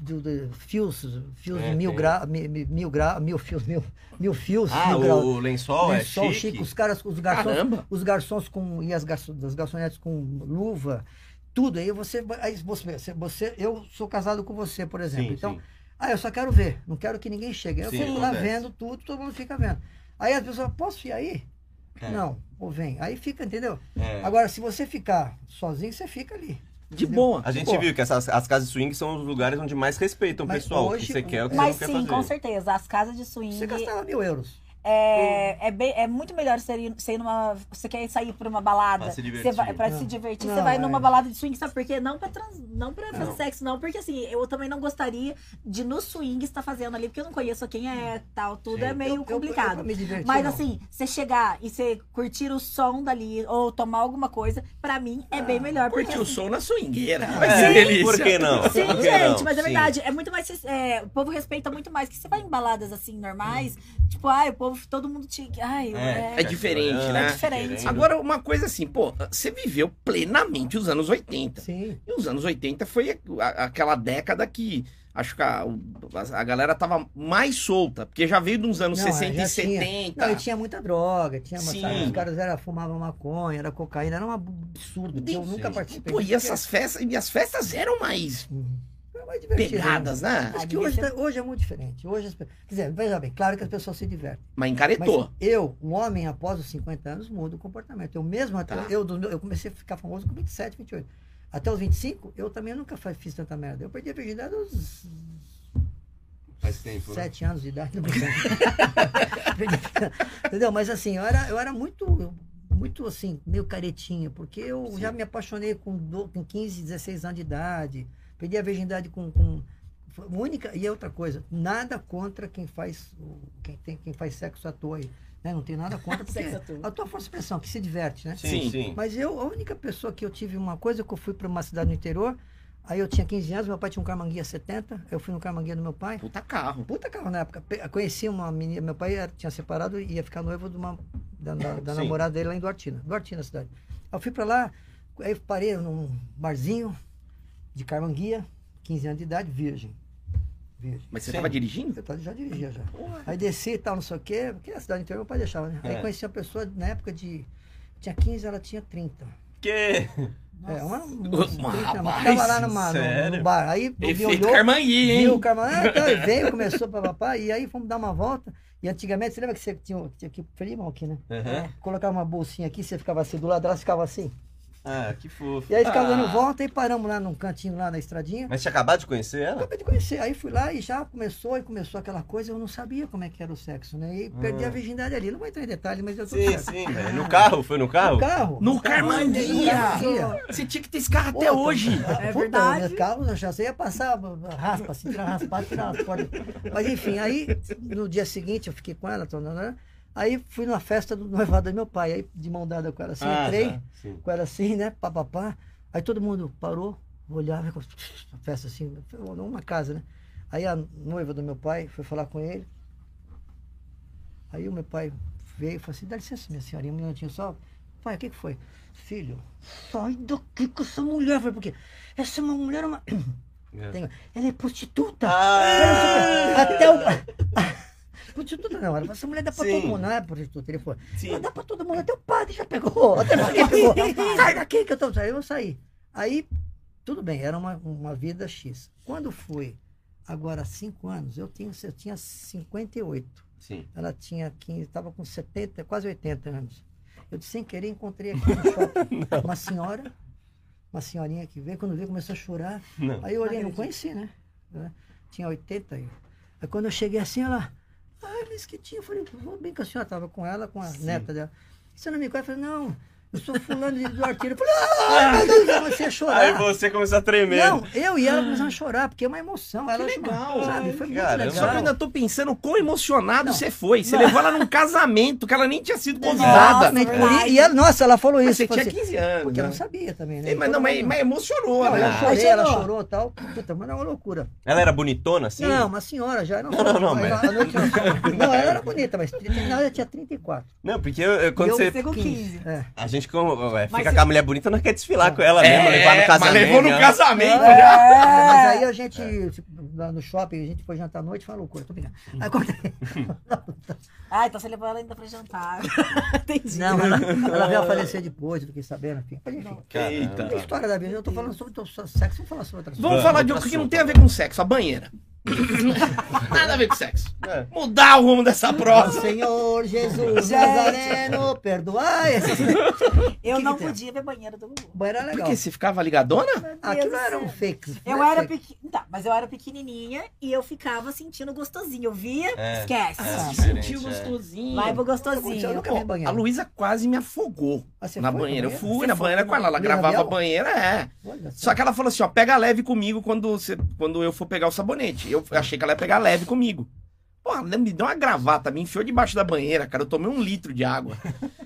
[SPEAKER 6] do- do- fios, fios
[SPEAKER 2] É,
[SPEAKER 6] de mil
[SPEAKER 2] tem.
[SPEAKER 6] graus, mil, mil, grau- mil fios, mil, mil fios,
[SPEAKER 2] Ah,
[SPEAKER 6] mil graus.
[SPEAKER 2] o lençol é
[SPEAKER 6] Lençol
[SPEAKER 2] chique?
[SPEAKER 6] os caras, os garçons,
[SPEAKER 1] Caramba!
[SPEAKER 6] os garçons com e as garçon, das garçonetes com luva, tudo. Aí você, aí você, você, eu sou casado com você, por exemplo.
[SPEAKER 2] Sim,
[SPEAKER 6] então
[SPEAKER 2] sim.
[SPEAKER 6] ah, eu só quero ver, não quero que ninguém chegue. Aí Eu
[SPEAKER 2] Sim,
[SPEAKER 6] fico lá
[SPEAKER 2] acontece.
[SPEAKER 6] vendo tudo, todo mundo fica vendo. Aí as pessoas, posso ir aí?
[SPEAKER 4] É.
[SPEAKER 6] Não, ou vem. Aí fica, entendeu?
[SPEAKER 4] É.
[SPEAKER 6] Agora, se você ficar sozinho, você fica ali.
[SPEAKER 1] De boa.
[SPEAKER 2] A gente
[SPEAKER 6] Pô.
[SPEAKER 2] viu que essas, as casas de swing são os lugares onde mais respeitam o
[SPEAKER 6] Mas
[SPEAKER 2] pessoal. o que
[SPEAKER 6] hoje
[SPEAKER 2] você
[SPEAKER 6] o-
[SPEAKER 2] quer, o que
[SPEAKER 3] Mas
[SPEAKER 2] você
[SPEAKER 3] sim,
[SPEAKER 2] não quer
[SPEAKER 3] com
[SPEAKER 2] fazer.
[SPEAKER 3] certeza. As casas de swing
[SPEAKER 6] Você gastava mil euros.
[SPEAKER 3] é, é, bem- é muito melhor você ir, você ir numa. Você quer sair pra uma balada.
[SPEAKER 4] Pra se
[SPEAKER 3] você
[SPEAKER 4] divertir.
[SPEAKER 3] vai- pra
[SPEAKER 6] Não.
[SPEAKER 3] se divertir,
[SPEAKER 6] Não,
[SPEAKER 3] você vai
[SPEAKER 6] é.
[SPEAKER 3] numa balada de swing, sabe por quê? Não pra, trans, não pra fazer
[SPEAKER 2] Não.
[SPEAKER 3] sexo, não. Porque assim, eu também não gostaria de no swing estar fazendo ali, porque eu não conheço quem é, tal, tudo.
[SPEAKER 4] Sim.
[SPEAKER 3] É meio
[SPEAKER 6] Eu- eu-
[SPEAKER 3] complicado.
[SPEAKER 6] eu me diverti,
[SPEAKER 3] Mas
[SPEAKER 6] não.
[SPEAKER 3] assim, você chegar e você curtir o som dali ou tomar alguma coisa, pra mim é bem melhor. porque,
[SPEAKER 1] Curtiu o
[SPEAKER 3] assim,
[SPEAKER 1] som na swingueira.
[SPEAKER 2] É,
[SPEAKER 1] Vai ser delícia.
[SPEAKER 2] Por que não?
[SPEAKER 3] Sim,
[SPEAKER 2] Por que
[SPEAKER 3] gente,
[SPEAKER 2] não?
[SPEAKER 3] mas
[SPEAKER 2] Sim.
[SPEAKER 3] é verdade. É muito mais. é, o povo respeita muito mais. Que você vai em baladas assim, normais. Tipo, ai, o povo, todo mundo te. Ai, é.
[SPEAKER 1] É diferente,
[SPEAKER 3] É
[SPEAKER 1] né?
[SPEAKER 3] diferente.
[SPEAKER 1] Agora, uma coisa assim, pô, você viveu plenamente os anos 80.
[SPEAKER 6] Sim.
[SPEAKER 1] E os anos 80 foi a- a- aquela década que acho que a, o- a- a galera tava mais solta, porque já veio dos anos
[SPEAKER 6] Não, é,
[SPEAKER 1] 60 e
[SPEAKER 6] já tinha.
[SPEAKER 1] 70.
[SPEAKER 6] Não, e tinha muita droga, tinha uma,
[SPEAKER 1] Sim.
[SPEAKER 6] sabe, os caras era, fumavam maconha, era cocaína, era um absurdo. que eu
[SPEAKER 1] Sim.
[SPEAKER 6] nunca
[SPEAKER 1] E,
[SPEAKER 6] participei.
[SPEAKER 1] pô, e essas festas, e as festas eram mais
[SPEAKER 6] Uhum. Era mais divertido, né?
[SPEAKER 1] pegadas, né?
[SPEAKER 6] Acho que hoje, tá- hoje é muito diferente. Hoje, as pe- quer dizer, veja bem, claro que as pessoas se divertem.
[SPEAKER 1] Mas
[SPEAKER 6] Mas
[SPEAKER 1] encaretou.
[SPEAKER 6] eu, um homem após os 50 anos, muda o comportamento. Eu mesmo, até,
[SPEAKER 1] Tá.
[SPEAKER 6] eu, do meu- eu comecei a ficar famoso com 27, 28. Até os 25, eu também nunca fa- fiz tanta merda. Eu perdi a virgindade aos
[SPEAKER 4] Faz tempo, né?
[SPEAKER 6] 7 anos de idade. Não brincando. Perdi- Entendeu? Mas assim, eu era, eu era muito, muito assim, meio caretinha, porque eu já me apaixonei com, do- com 15, 16 anos de idade. Perdi a virgindade com... com foi única e é outra coisa, nada contra quem faz o- quem tem quem faz sexo à toa aí, né? Não tem nada contra porque
[SPEAKER 3] Sexo à toa.
[SPEAKER 6] a tua força de expressão, que se diverte, né?
[SPEAKER 2] Sim,
[SPEAKER 1] Sim.
[SPEAKER 2] sim.
[SPEAKER 6] Mas eu, a única pessoa que eu tive uma coisa, que eu fui para uma cidade no interior, aí eu tinha 15 anos, meu pai tinha um Carmanguia 70, eu fui no Carmanguia do meu pai.
[SPEAKER 1] Puta carro.
[SPEAKER 6] Puta carro na época. Pe- Conheci uma menina, meu pai era- tinha separado e ia ficar noivo de uma, da, da- da
[SPEAKER 2] Sim.
[SPEAKER 6] namorada dele lá em Duartina, Duartina a cidade. Aí eu fui para lá, aí eu parei num barzinho de Carmanguia, 15 anos de idade, virgem. Virgem.
[SPEAKER 1] Mas você
[SPEAKER 2] Sim.
[SPEAKER 1] tava dirigindo?
[SPEAKER 6] Eu tava- já dirigia já.
[SPEAKER 1] Porra.
[SPEAKER 6] Aí desci e tal, não sei o quê, porque a cidade inteira meu pai deixava, né? Aí
[SPEAKER 2] É.
[SPEAKER 6] conheci uma pessoa na época de. Tinha 15, ela tinha 30.
[SPEAKER 2] Que...
[SPEAKER 6] É, uma.
[SPEAKER 1] Nossa,
[SPEAKER 6] uma
[SPEAKER 1] rapaz,
[SPEAKER 6] tava lá numa, no,
[SPEAKER 2] sério?
[SPEAKER 6] bar. Aí me
[SPEAKER 1] Efeito
[SPEAKER 6] olhou,
[SPEAKER 1] Carmangui, hein?
[SPEAKER 6] viu o cara, ah, tá, e veio, começou pra papá, e aí fomos dar uma volta. E antigamente, você lembra que você tinha, um, que tinha que frimão aqui, né?
[SPEAKER 2] Aham.
[SPEAKER 6] Colocava uma bolsinha aqui, você ficava assim, do lado dela, você ficava assim.
[SPEAKER 2] Ah, que fofo.
[SPEAKER 6] E aí ficava
[SPEAKER 2] Ah,
[SPEAKER 6] dando volta e paramos lá num cantinho lá na estradinha.
[SPEAKER 2] Mas tinha acabado de conhecer ela?
[SPEAKER 6] Acabei de conhecer. Aí fui lá e já começou, e começou aquela coisa, eu não sabia como é que era o sexo, né? E perdi
[SPEAKER 2] Ah.
[SPEAKER 6] a virgindade ali. Não vou entrar em detalhe, mas eu tô
[SPEAKER 2] Sim, sim. velho. É, No carro? Foi no carro?
[SPEAKER 6] No carro?
[SPEAKER 1] No Carmanguia!
[SPEAKER 6] Carmanguia.
[SPEAKER 1] Você tinha que ter esse carro até
[SPEAKER 6] Puta,
[SPEAKER 1] hoje.
[SPEAKER 6] É Puta,
[SPEAKER 3] verdade.
[SPEAKER 6] Meus carros, eu já sei, ia passar, raspa, assim, tirar raspado, tirar as cordas. Mas enfim, aí no dia seguinte eu fiquei com ela, tô, né? aí fui numa festa do noivado do meu pai, aí de mão dada com ela assim,
[SPEAKER 2] Ah,
[SPEAKER 6] entrei,
[SPEAKER 2] tá. Sim.
[SPEAKER 6] com ela assim, né, papapá. Aí todo mundo parou, olhava, ficou a festa assim, foi uma casa, né? Aí a noiva do meu pai foi falar com ele. Aí o meu pai veio e falou assim, dá licença, minha senhorinha, um minutinho só. Pai, o que, que foi? Filho, sai daqui com essa mulher. Eu Falei, por quê? Essa é uma mulher é uma...
[SPEAKER 2] É.
[SPEAKER 6] Tem- Ela é prostituta.
[SPEAKER 2] Ah!
[SPEAKER 6] Até o... prostituta não, ela falou, essa mulher dá pra
[SPEAKER 2] Sim.
[SPEAKER 6] todo mundo. Não é prostituta, ele falou.
[SPEAKER 2] Sim.
[SPEAKER 6] Ela dá pra todo mundo, até o padre já pegou. Até não sei quem pegou. Sai daqui que eu tô saindo. Eu saí. Aí, tudo bem, era uma, uma vida X. Quando foi, agora há cinco anos, eu tinha, eu tinha 58.
[SPEAKER 2] Sim.
[SPEAKER 6] Ela tinha 15, estava com 70, quase 80 anos. Eu sem querer encontrei aqui no shopping uma senhora, uma senhorinha que veio, quando veio começou a chorar.
[SPEAKER 2] Não.
[SPEAKER 6] Aí eu olhei, não conheci, né? Né? Tinha 80 aí. Aí quando eu cheguei assim, ela. Ah, ele disse que tinha. Eu falei, vou bem que a senhora estava com ela, com a neta dela. Você não me conhece? Eu falei, não, eu sou fulano de Duartino. Eu falei, ah, meu Deus, eu comecei a chorar.
[SPEAKER 2] Aí você começou a tremer.
[SPEAKER 6] né? Não, eu e ela começamos a chorar, porque é uma emoção. Ela
[SPEAKER 1] Que Ah. legal. né?
[SPEAKER 6] chorou, sabe? Foi muito
[SPEAKER 1] Só
[SPEAKER 2] Caramba.
[SPEAKER 1] que eu
[SPEAKER 6] legal.
[SPEAKER 1] ainda tô pensando quão emocionado você foi. Você levou ela num casamento que ela nem tinha sido convidada.
[SPEAKER 6] Exatamente.
[SPEAKER 3] Nossa, verdade.
[SPEAKER 6] E, e ela, nossa, ela falou
[SPEAKER 1] Mas
[SPEAKER 6] isso.
[SPEAKER 1] você
[SPEAKER 6] falou
[SPEAKER 1] tinha
[SPEAKER 6] assim,
[SPEAKER 1] 15 anos.
[SPEAKER 6] Porque eu não
[SPEAKER 1] né?
[SPEAKER 6] sabia também, né?
[SPEAKER 1] Ei, Mas, não,
[SPEAKER 6] Então,
[SPEAKER 1] mas, mas emocionou,
[SPEAKER 6] não,
[SPEAKER 1] né?
[SPEAKER 6] ela
[SPEAKER 2] Ah,
[SPEAKER 6] chorei, ela
[SPEAKER 3] chorou.
[SPEAKER 6] chorou e tal. Puta, mas era uma loucura.
[SPEAKER 2] Ela era bonitona, assim?
[SPEAKER 6] Não, uma senhora já. Não,
[SPEAKER 2] Não, não, não,
[SPEAKER 6] mas
[SPEAKER 2] mas-
[SPEAKER 6] a noite não. Não, ela era bonita, mas na hora ela tinha 34.
[SPEAKER 2] Não, porque eu- eu- quando
[SPEAKER 6] Eu
[SPEAKER 2] você...
[SPEAKER 3] Você com 15.
[SPEAKER 6] É.
[SPEAKER 2] A gente gente que, ué,
[SPEAKER 3] Mas
[SPEAKER 2] fica
[SPEAKER 3] se-
[SPEAKER 2] com a mulher bonita, não quer desfilar com ela
[SPEAKER 1] É,
[SPEAKER 2] mesmo, levar no casamento.
[SPEAKER 1] Mas levou no
[SPEAKER 2] né?
[SPEAKER 1] casamento
[SPEAKER 6] É,
[SPEAKER 1] já.
[SPEAKER 6] Mas
[SPEAKER 3] É.
[SPEAKER 6] aí a gente, tipo, lá no shopping, a gente foi jantar à noite, foi uma loucura, tô brincando. Aí, quando-
[SPEAKER 3] Ah, então você levou ela ainda pra jantar. Entendi.
[SPEAKER 6] Não, ela, ela veio a falecer depois, eu fiquei sabendo, enfim. Mas, enfim,
[SPEAKER 2] Eita.
[SPEAKER 6] a história da vida, eu tô falando sobre o seu sexo, tá. vamos falar sobre outras
[SPEAKER 1] Vamos
[SPEAKER 2] Vamos,
[SPEAKER 1] falar de
[SPEAKER 2] outro
[SPEAKER 1] algo que não
[SPEAKER 2] assunto
[SPEAKER 1] tem a ver com sexo, a banheira. Nada a ver com sexo.
[SPEAKER 2] É.
[SPEAKER 1] Mudar o rumo dessa
[SPEAKER 6] coisas.
[SPEAKER 1] prova.
[SPEAKER 6] Senhor Jesus
[SPEAKER 3] Gente.
[SPEAKER 6] Nazareno, perdoai.
[SPEAKER 3] Eu
[SPEAKER 6] Que
[SPEAKER 3] não
[SPEAKER 6] que tem?
[SPEAKER 3] podia ver banheiro do Gugu.
[SPEAKER 6] Mas era legal.
[SPEAKER 1] Porque se ficava ligadona?
[SPEAKER 6] Aquilo
[SPEAKER 3] Deus
[SPEAKER 6] era
[SPEAKER 3] do
[SPEAKER 6] um
[SPEAKER 3] céu.
[SPEAKER 6] fake.
[SPEAKER 3] Eu
[SPEAKER 6] né,
[SPEAKER 3] era
[SPEAKER 6] fake.
[SPEAKER 3] pequ... tá, mas eu era pequenininha e eu ficava sentindo gostosinho. Eu via,
[SPEAKER 2] É,
[SPEAKER 3] esquece.
[SPEAKER 2] é.
[SPEAKER 1] Se
[SPEAKER 2] diferente,
[SPEAKER 1] Ah, sentiu gostosinho.
[SPEAKER 3] Vai pro
[SPEAKER 6] Eu
[SPEAKER 3] gostosinho.
[SPEAKER 6] nunca vi banheiro.
[SPEAKER 1] A Luísa quase me afogou
[SPEAKER 6] Ah, você
[SPEAKER 1] na
[SPEAKER 6] foi
[SPEAKER 1] banheira. Eu
[SPEAKER 6] também?
[SPEAKER 1] fui
[SPEAKER 3] Você
[SPEAKER 1] na
[SPEAKER 3] foi
[SPEAKER 1] banheira
[SPEAKER 3] na
[SPEAKER 1] com ela. Ela
[SPEAKER 6] banheira
[SPEAKER 1] gravava a
[SPEAKER 6] dela?
[SPEAKER 1] banheira, é.
[SPEAKER 6] Olha só.
[SPEAKER 1] Só que ela falou assim, ó, pega leve comigo quando, você, quando eu for pegar o sabonete. Eu achei que ela ia pegar leve comigo. Pô, ela me deu uma gravata, me enfiou debaixo da banheira, cara. Eu tomei um litro de água.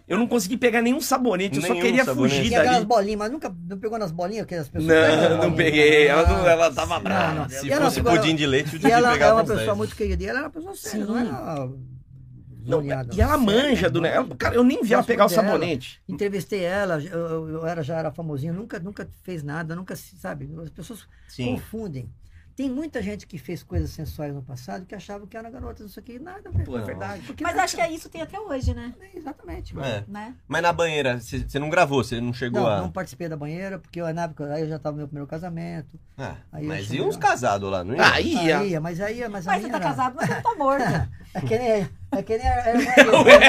[SPEAKER 1] Eu não consegui pegar nenhum sabonete, eu só
[SPEAKER 2] Nenhum
[SPEAKER 1] queria
[SPEAKER 2] sabonete.
[SPEAKER 1] fugir
[SPEAKER 6] Tinha aquelas
[SPEAKER 1] dali.
[SPEAKER 6] bolinhas, mas nunca não pegou nas bolinhas que as pessoas. pegam
[SPEAKER 1] Não,
[SPEAKER 6] nas
[SPEAKER 1] não
[SPEAKER 6] bolinhas?
[SPEAKER 1] peguei. Ela, não-
[SPEAKER 6] Ah.
[SPEAKER 1] ela tava brava.
[SPEAKER 6] não.
[SPEAKER 2] Se
[SPEAKER 6] E ela
[SPEAKER 2] fosse
[SPEAKER 6] ficou-
[SPEAKER 2] pudim de leite, o
[SPEAKER 6] E
[SPEAKER 2] Didi
[SPEAKER 6] ela é
[SPEAKER 2] pegava
[SPEAKER 6] uma
[SPEAKER 2] uns dez.
[SPEAKER 6] pessoa muito querida. E ela era uma pessoa séria, não era.
[SPEAKER 1] Não,
[SPEAKER 6] zoneada,
[SPEAKER 1] e ela
[SPEAKER 6] séria,
[SPEAKER 1] manja do
[SPEAKER 6] não.
[SPEAKER 1] negócio. Cara, eu nem vi ela
[SPEAKER 6] Gosto
[SPEAKER 1] pegar o
[SPEAKER 6] dela. Então,
[SPEAKER 1] sabonete.
[SPEAKER 6] Entrevistei ela, eu, eu- eu era, já era famosinho, nunca, nunca fez nada, nunca se sabe. As pessoas
[SPEAKER 2] Sim.
[SPEAKER 6] confundem. Tem muita gente que fez coisas sensuais no passado que achava que era garota, não sei o que, nada, velho.
[SPEAKER 1] Pô, é verdade.
[SPEAKER 6] Porque
[SPEAKER 3] Mas
[SPEAKER 6] não-
[SPEAKER 3] acho que é isso tem até hoje, né?
[SPEAKER 6] É, Exatamente.
[SPEAKER 2] É.
[SPEAKER 3] Né?
[SPEAKER 2] Mas na banheira, você você não gravou, você não chegou
[SPEAKER 6] Não,
[SPEAKER 2] a.
[SPEAKER 6] não participei da banheira, porque eu, na época, aí eu já estava no meu primeiro casamento.
[SPEAKER 2] Ah,
[SPEAKER 6] Aí eu
[SPEAKER 2] mas
[SPEAKER 6] achei
[SPEAKER 2] e uns
[SPEAKER 6] legal.
[SPEAKER 2] casados lá, não é? ia?
[SPEAKER 1] Aí,
[SPEAKER 6] Aí,
[SPEAKER 1] ó.
[SPEAKER 6] ia, mas aí, mas a
[SPEAKER 3] Mas
[SPEAKER 6] minha
[SPEAKER 3] você tá
[SPEAKER 6] era-
[SPEAKER 3] casado, mas você não tá morto.
[SPEAKER 6] É que nem, é que nem era, era, uma- era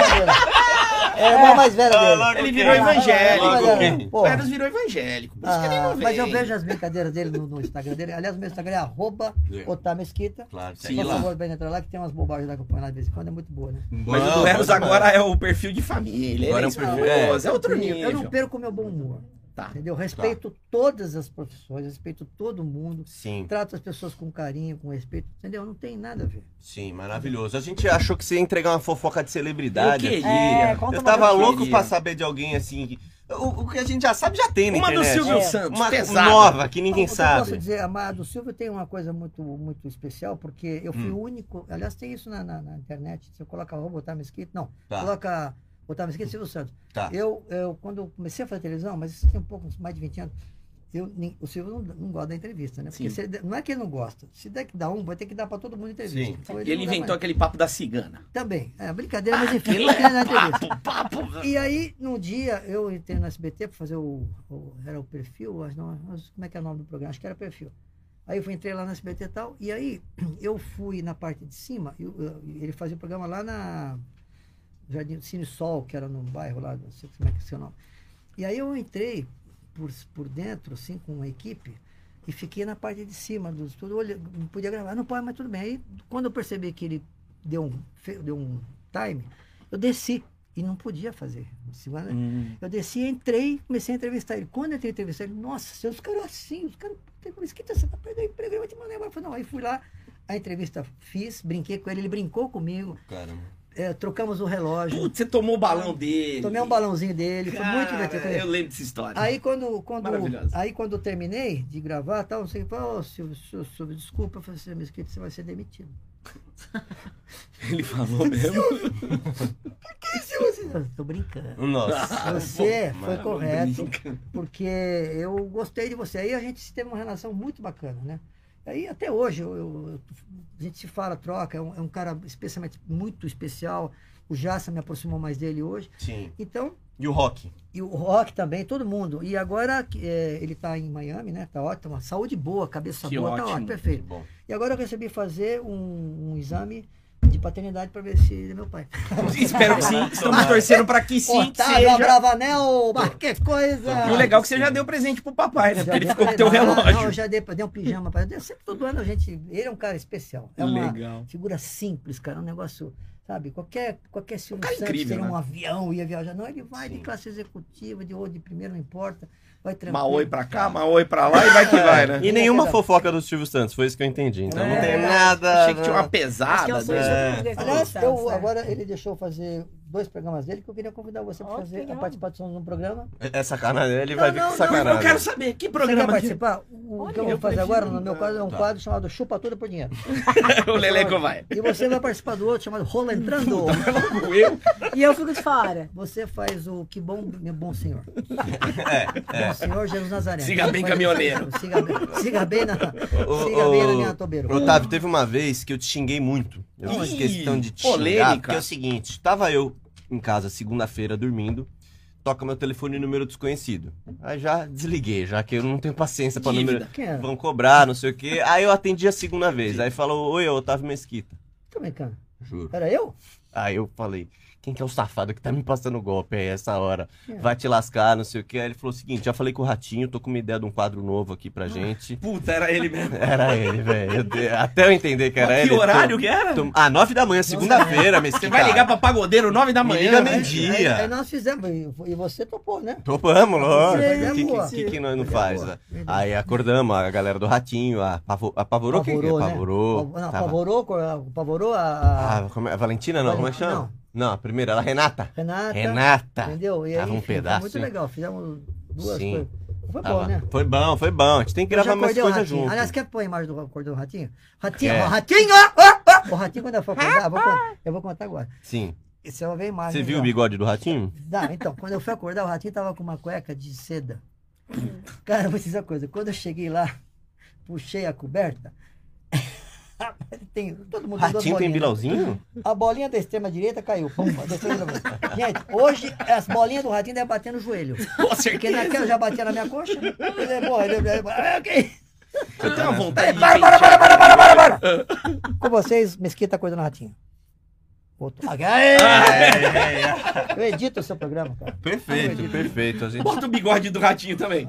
[SPEAKER 6] É a irmã mais velha
[SPEAKER 2] Ah,
[SPEAKER 6] dele.
[SPEAKER 2] logo
[SPEAKER 1] Ele
[SPEAKER 2] quem?
[SPEAKER 1] virou evangélico.
[SPEAKER 2] Logo
[SPEAKER 6] Olha,
[SPEAKER 2] quem?
[SPEAKER 1] O
[SPEAKER 6] porra.
[SPEAKER 1] Eros virou evangélico. Por isso que ele
[SPEAKER 6] Ah,
[SPEAKER 1] não vem.
[SPEAKER 6] mas eu vejo as brincadeiras dele no, no Instagram dele. Aliás, o meu Instagram é arroba
[SPEAKER 4] Yeah.
[SPEAKER 6] otamesquita.
[SPEAKER 2] Claro, segue
[SPEAKER 6] Por
[SPEAKER 2] lá.
[SPEAKER 6] favor, bem entrar lá, que tem umas bobagens lá que eu ponho lá de vez em quando, é muito boa, né?
[SPEAKER 1] Mas o
[SPEAKER 2] Não,
[SPEAKER 1] do Eros
[SPEAKER 2] bom
[SPEAKER 1] agora
[SPEAKER 2] demais.
[SPEAKER 1] é o perfil de família.
[SPEAKER 2] Agora
[SPEAKER 1] ele
[SPEAKER 2] é
[SPEAKER 1] é,
[SPEAKER 2] um perfil-
[SPEAKER 1] escandaloso, é,
[SPEAKER 6] Eu
[SPEAKER 1] outro
[SPEAKER 6] não-
[SPEAKER 1] nível.
[SPEAKER 6] Eu não perco o meu bom humor,
[SPEAKER 1] Tá.
[SPEAKER 6] entendeu? Respeito todas as profissões, respeito todo mundo.
[SPEAKER 2] Sim,
[SPEAKER 6] Trato as pessoas com carinho, com respeito, entendeu? Não tem nada a ver.
[SPEAKER 2] sim, maravilhoso. A gente achou que você ia entregar uma fofoca de celebridade.
[SPEAKER 1] Eu queria.
[SPEAKER 2] aqui.
[SPEAKER 1] É,
[SPEAKER 3] conta
[SPEAKER 2] Eu
[SPEAKER 3] uma
[SPEAKER 2] tava
[SPEAKER 1] eu
[SPEAKER 2] louco
[SPEAKER 1] queria.
[SPEAKER 2] pra saber de alguém assim. que- O, o que a gente já sabe já tem, né?
[SPEAKER 1] Uma do Silvio
[SPEAKER 3] É.
[SPEAKER 1] Santos,
[SPEAKER 2] Uma
[SPEAKER 1] pesada.
[SPEAKER 2] nova que ninguém
[SPEAKER 6] O que Eu posso
[SPEAKER 2] sabe.
[SPEAKER 6] dizer, Amado Silva tem uma coisa muito, muito especial, porque eu
[SPEAKER 2] Hum.
[SPEAKER 6] fui o único. Aliás, tem isso na, na, na internet. Você coloca arroba Otávio Mesquita. Não,
[SPEAKER 2] Tá.
[SPEAKER 6] coloca Otávio Mesquita e Silvio Santos.
[SPEAKER 2] Tá.
[SPEAKER 6] Eu, eu, quando eu comecei a fazer televisão, mas isso tem um pouco, uns mais de 20 anos, eu, nem- o Silvio não, não gosta da entrevista, né? Porque
[SPEAKER 1] Sim.
[SPEAKER 6] se ele der- não é que ele não gosta. Se der que dá um, vai ter que dar para todo mundo entrevista.
[SPEAKER 2] Sim.
[SPEAKER 6] Então,
[SPEAKER 1] E ele
[SPEAKER 6] não dá
[SPEAKER 1] inventou
[SPEAKER 6] mais.
[SPEAKER 1] aquele papo da cigana.
[SPEAKER 6] Também. É brincadeira,
[SPEAKER 2] Ah,
[SPEAKER 6] mas enfim,
[SPEAKER 1] Aquilo
[SPEAKER 6] não queria dar
[SPEAKER 1] é
[SPEAKER 6] entrevista.
[SPEAKER 1] papo, papo.
[SPEAKER 6] E aí, num dia, eu entrei no SBT para fazer o, o- Era o perfil? acho Não, acho- como é que é o nome do programa? Acho que era perfil. Aí eu fui, entrei lá no SBT e tal. E aí, eu fui na parte de cima. eu- eu- ele fazia o programa lá na. Jardim Cine Sol, que era num bairro lá, não sei como é que é o seu nome. E aí eu entrei por, por dentro, assim, com uma equipe. E fiquei na parte de cima do estúdio, olha, não podia gravar, não pode, mas tudo bem. Aí, quando eu percebi que ele deu um, fe- deu um time, eu desci e não podia fazer. Segunda-
[SPEAKER 2] Hum.
[SPEAKER 6] Eu desci, entrei, comecei a entrevistar ele. Quando eu entrei a entrevistar ele, nossa, senhora, os caras assim, os caras, puta, mas que você tá perdendo emprego, eu vou te mandar embora. Eu falei, não, aí fui lá, a entrevista fiz, brinquei com ele, ele brincou comigo,
[SPEAKER 2] Caramba.
[SPEAKER 6] eh, trocamos o relógio,
[SPEAKER 1] Putz, você tomou o balão dele.
[SPEAKER 6] tomei um balãozinho dele, foi muito
[SPEAKER 1] Cara,
[SPEAKER 6] divertido.
[SPEAKER 1] Eu lembro dessa história.
[SPEAKER 6] Aí quando, quando,
[SPEAKER 1] Maravilhoso.
[SPEAKER 6] aí quando eu terminei de gravar, tal, você falou, ô Silvio, Silvio, Silvio, desculpa, eu falei assim, mas que você vai ser demitido.
[SPEAKER 1] Ele falou mesmo.
[SPEAKER 6] Que Silvio, assim, "Não, tô brincando.
[SPEAKER 1] Ah,
[SPEAKER 2] Nossa.
[SPEAKER 6] Você é,
[SPEAKER 2] Pô,
[SPEAKER 6] foi
[SPEAKER 2] mano,
[SPEAKER 6] correto,
[SPEAKER 1] Brinca.
[SPEAKER 6] porque eu gostei de você. Aí a gente teve uma relação muito bacana, né? Aí até hoje eu- eu- eu- a gente se fala, troca, é um, é um cara especialmente muito especial. O Jassa me aproximou mais dele hoje.
[SPEAKER 2] Sim.
[SPEAKER 6] Então,
[SPEAKER 2] E o rock?
[SPEAKER 6] E o Rock também, todo mundo. E agora que, é, ele está em Miami, né? Tá ótimo. Saúde boa, cabeça
[SPEAKER 1] Que
[SPEAKER 6] boa, tá
[SPEAKER 1] ótimo.
[SPEAKER 6] ótimo,
[SPEAKER 2] Que
[SPEAKER 6] perfeito.
[SPEAKER 2] bom.
[SPEAKER 6] E agora eu recebi fazer um, um exame de paternidade para ver se ele é meu pai.
[SPEAKER 1] Espero que sim. Estamos
[SPEAKER 2] Tomara.
[SPEAKER 1] torcendo pra que sim. Que
[SPEAKER 6] Otávio
[SPEAKER 1] seja.
[SPEAKER 6] Abravanel, mas que coisa!
[SPEAKER 1] E o legal é que você já deu presente pro papai, né?
[SPEAKER 6] Ah, Já
[SPEAKER 1] Porque ele
[SPEAKER 6] dei
[SPEAKER 1] ficou
[SPEAKER 6] pra
[SPEAKER 1] com teu
[SPEAKER 6] ele. Ah, Não, eu
[SPEAKER 1] relógio.
[SPEAKER 6] já dei, pra- dei um pijama para ele. Eu Sempre todo ano a gente. Ele é um cara especial. É uma
[SPEAKER 1] Legal.
[SPEAKER 6] figura simples, cara. Um negócio. Sabe, qualquer, qualquer Silvio
[SPEAKER 1] cara
[SPEAKER 6] Santos
[SPEAKER 1] incrível,
[SPEAKER 6] teria
[SPEAKER 1] né?
[SPEAKER 6] um avião, ia viajar. Não, ele vai
[SPEAKER 2] Sim.
[SPEAKER 6] de classe executiva, de ou de primeiro, não importa. Vai tranquilo.
[SPEAKER 1] Maoi pra cá, maoi pra lá e vai que vai, né?
[SPEAKER 2] E nenhuma fofoca do Silvio Santos, foi isso que eu entendi. Então não
[SPEAKER 6] É.
[SPEAKER 2] tem nada.
[SPEAKER 1] Achei que tinha uma
[SPEAKER 2] né?
[SPEAKER 3] Acho que eu
[SPEAKER 1] pesada.
[SPEAKER 3] sou
[SPEAKER 1] né?
[SPEAKER 3] isso.
[SPEAKER 6] Aliás, eu, agora ele deixou eu fazer dois programas dele que eu queria convidar você para
[SPEAKER 3] Ó, que
[SPEAKER 6] fazer a
[SPEAKER 3] legal.
[SPEAKER 6] participação de um programa.
[SPEAKER 2] É sacanagem, ele
[SPEAKER 6] Não,
[SPEAKER 2] vai ver
[SPEAKER 6] não,
[SPEAKER 2] que
[SPEAKER 6] não,
[SPEAKER 2] sacanagem.
[SPEAKER 1] Eu quero saber que
[SPEAKER 6] Você quer
[SPEAKER 1] programa que
[SPEAKER 6] participar? O
[SPEAKER 3] Olha,
[SPEAKER 6] que eu vou
[SPEAKER 1] eu
[SPEAKER 6] fazer
[SPEAKER 1] prefiro
[SPEAKER 6] agora no meu quadro é um
[SPEAKER 4] Tá.
[SPEAKER 6] quadro chamado Chupa Tudo por Dinheiro.
[SPEAKER 1] o Leleco vai.
[SPEAKER 6] E você vai participar do outro chamado Rola Entrando.
[SPEAKER 1] Eu?
[SPEAKER 3] E eu fico de fora.
[SPEAKER 6] Você faz o Que Bom, meu bom Senhor.
[SPEAKER 2] É, é.
[SPEAKER 6] Bom Senhor Jesus Nazaré.
[SPEAKER 1] Siga bem,
[SPEAKER 6] Faz-
[SPEAKER 1] caminhoneiro.
[SPEAKER 6] Siga bem, siga bem na,
[SPEAKER 2] Ô,
[SPEAKER 6] siga bem
[SPEAKER 2] ô,
[SPEAKER 6] na
[SPEAKER 2] tá.
[SPEAKER 6] minha tobeira.
[SPEAKER 2] Otávio, teve uma vez que eu te xinguei muito. Eu
[SPEAKER 1] Ih,
[SPEAKER 2] fiz questão de te
[SPEAKER 1] polêmica.
[SPEAKER 2] xingar. Porque é o seguinte, tava eu em casa segunda-feira dormindo, toca meu telefone número desconhecido. Aí já desliguei, já que eu não tenho paciência pra número...
[SPEAKER 1] Dívida.
[SPEAKER 6] Quem é?
[SPEAKER 2] Vão cobrar, não sei o quê. Aí eu atendi a segunda vez. Aí falou, oi, é o Otávio Mesquita.
[SPEAKER 6] Tô brincando.
[SPEAKER 4] Juro.
[SPEAKER 6] Era eu?
[SPEAKER 2] Aí eu falei, quem que é o safado que tá me passando golpe aí essa hora?
[SPEAKER 6] É.
[SPEAKER 2] Vai te lascar, não sei o quê. Aí ele falou o seguinte, já falei com o Ratinho, tô com uma ideia de um quadro novo aqui
[SPEAKER 6] Ah.
[SPEAKER 2] pra gente.
[SPEAKER 1] Puta, era ele mesmo.
[SPEAKER 2] Era ele, velho. Eu de- Até eu entender que era
[SPEAKER 1] Mas
[SPEAKER 2] ele.
[SPEAKER 1] que
[SPEAKER 2] tô-
[SPEAKER 1] horário que era?
[SPEAKER 2] Tom- Ah, 9 da manhã, segunda-feira, Mesquita.
[SPEAKER 1] Você vai ligar pra pagodeiro 9 da
[SPEAKER 2] Me
[SPEAKER 1] manhã.
[SPEAKER 2] liga
[SPEAKER 1] né?
[SPEAKER 2] meio-dia.
[SPEAKER 6] Aí, aí nós fizemos. e- E você topou, né?
[SPEAKER 2] Topamos, lógico.
[SPEAKER 6] Sim, é
[SPEAKER 2] O que,
[SPEAKER 6] boa.
[SPEAKER 2] que, que, que nós não
[SPEAKER 6] É
[SPEAKER 2] faz?
[SPEAKER 6] boa,
[SPEAKER 2] né?
[SPEAKER 6] verdade.
[SPEAKER 2] Aí acordamos, a galera do Ratinho, a pavo- apavorou, quem que é?
[SPEAKER 6] né?
[SPEAKER 2] Apavorou.
[SPEAKER 6] Pav- Não,
[SPEAKER 2] tava-
[SPEAKER 6] apavorou, co- apavorou a, a
[SPEAKER 2] Ah, como é? a Valentina não, como é que chama?
[SPEAKER 6] Não.
[SPEAKER 2] Não, a primeira, ela, é Renata.
[SPEAKER 6] Renata.
[SPEAKER 2] Renata.
[SPEAKER 6] Entendeu? E aí,
[SPEAKER 2] Tava um
[SPEAKER 6] enfim, foi
[SPEAKER 2] pedaço,
[SPEAKER 6] muito
[SPEAKER 2] hein?
[SPEAKER 6] legal. Fizemos duas
[SPEAKER 2] Sim.
[SPEAKER 6] coisas. Foi bom,
[SPEAKER 2] Tava-
[SPEAKER 6] né?
[SPEAKER 2] Foi bom, foi bom. A gente tem que
[SPEAKER 6] Eu já
[SPEAKER 2] gravar mais
[SPEAKER 6] acordei o
[SPEAKER 2] coisas
[SPEAKER 6] ratinho.
[SPEAKER 2] junto.
[SPEAKER 6] Aliás, quer pôr a imagem do acordão do ratinho? Ratinho,
[SPEAKER 2] Quer.
[SPEAKER 6] ó, ratinho! ó, ó, ó. O ratinho, quando eu for acordar, eu vou, con- eu vou contar agora.
[SPEAKER 2] Sim.
[SPEAKER 6] Você vai ver a imagem.
[SPEAKER 2] Você viu
[SPEAKER 6] ó.
[SPEAKER 2] o bigode do Ratinho?
[SPEAKER 6] Não, então, quando eu fui acordar, o ratinho tava com uma cueca de seda. Cara, eu vou te dizer uma coisa. Quando eu cheguei lá, puxei a coberta. tem, todo mundo tem duas
[SPEAKER 2] Ratinho tem
[SPEAKER 6] bolinhas, né?
[SPEAKER 2] bilauzinho?
[SPEAKER 6] A bolinha da extrema direita caiu. Pum, da extrema direita. Gente, hoje as bolinhas do ratinho devem bater no joelho.
[SPEAKER 1] Com
[SPEAKER 6] Porque
[SPEAKER 1] certeza.
[SPEAKER 6] naquela já batia na minha coxa. Ele é bom, ele é- ele é bom. Ah, ok.
[SPEAKER 1] Eu tenho uma vontade de
[SPEAKER 6] Para, para, para, para, para, para, para. Com vocês, Mesquita Acordando Ratinho. Outro. É, Eu edito o seu programa, cara. Tá
[SPEAKER 2] Perfeito, perfeito. A gente
[SPEAKER 1] Bota o bigode do ratinho também.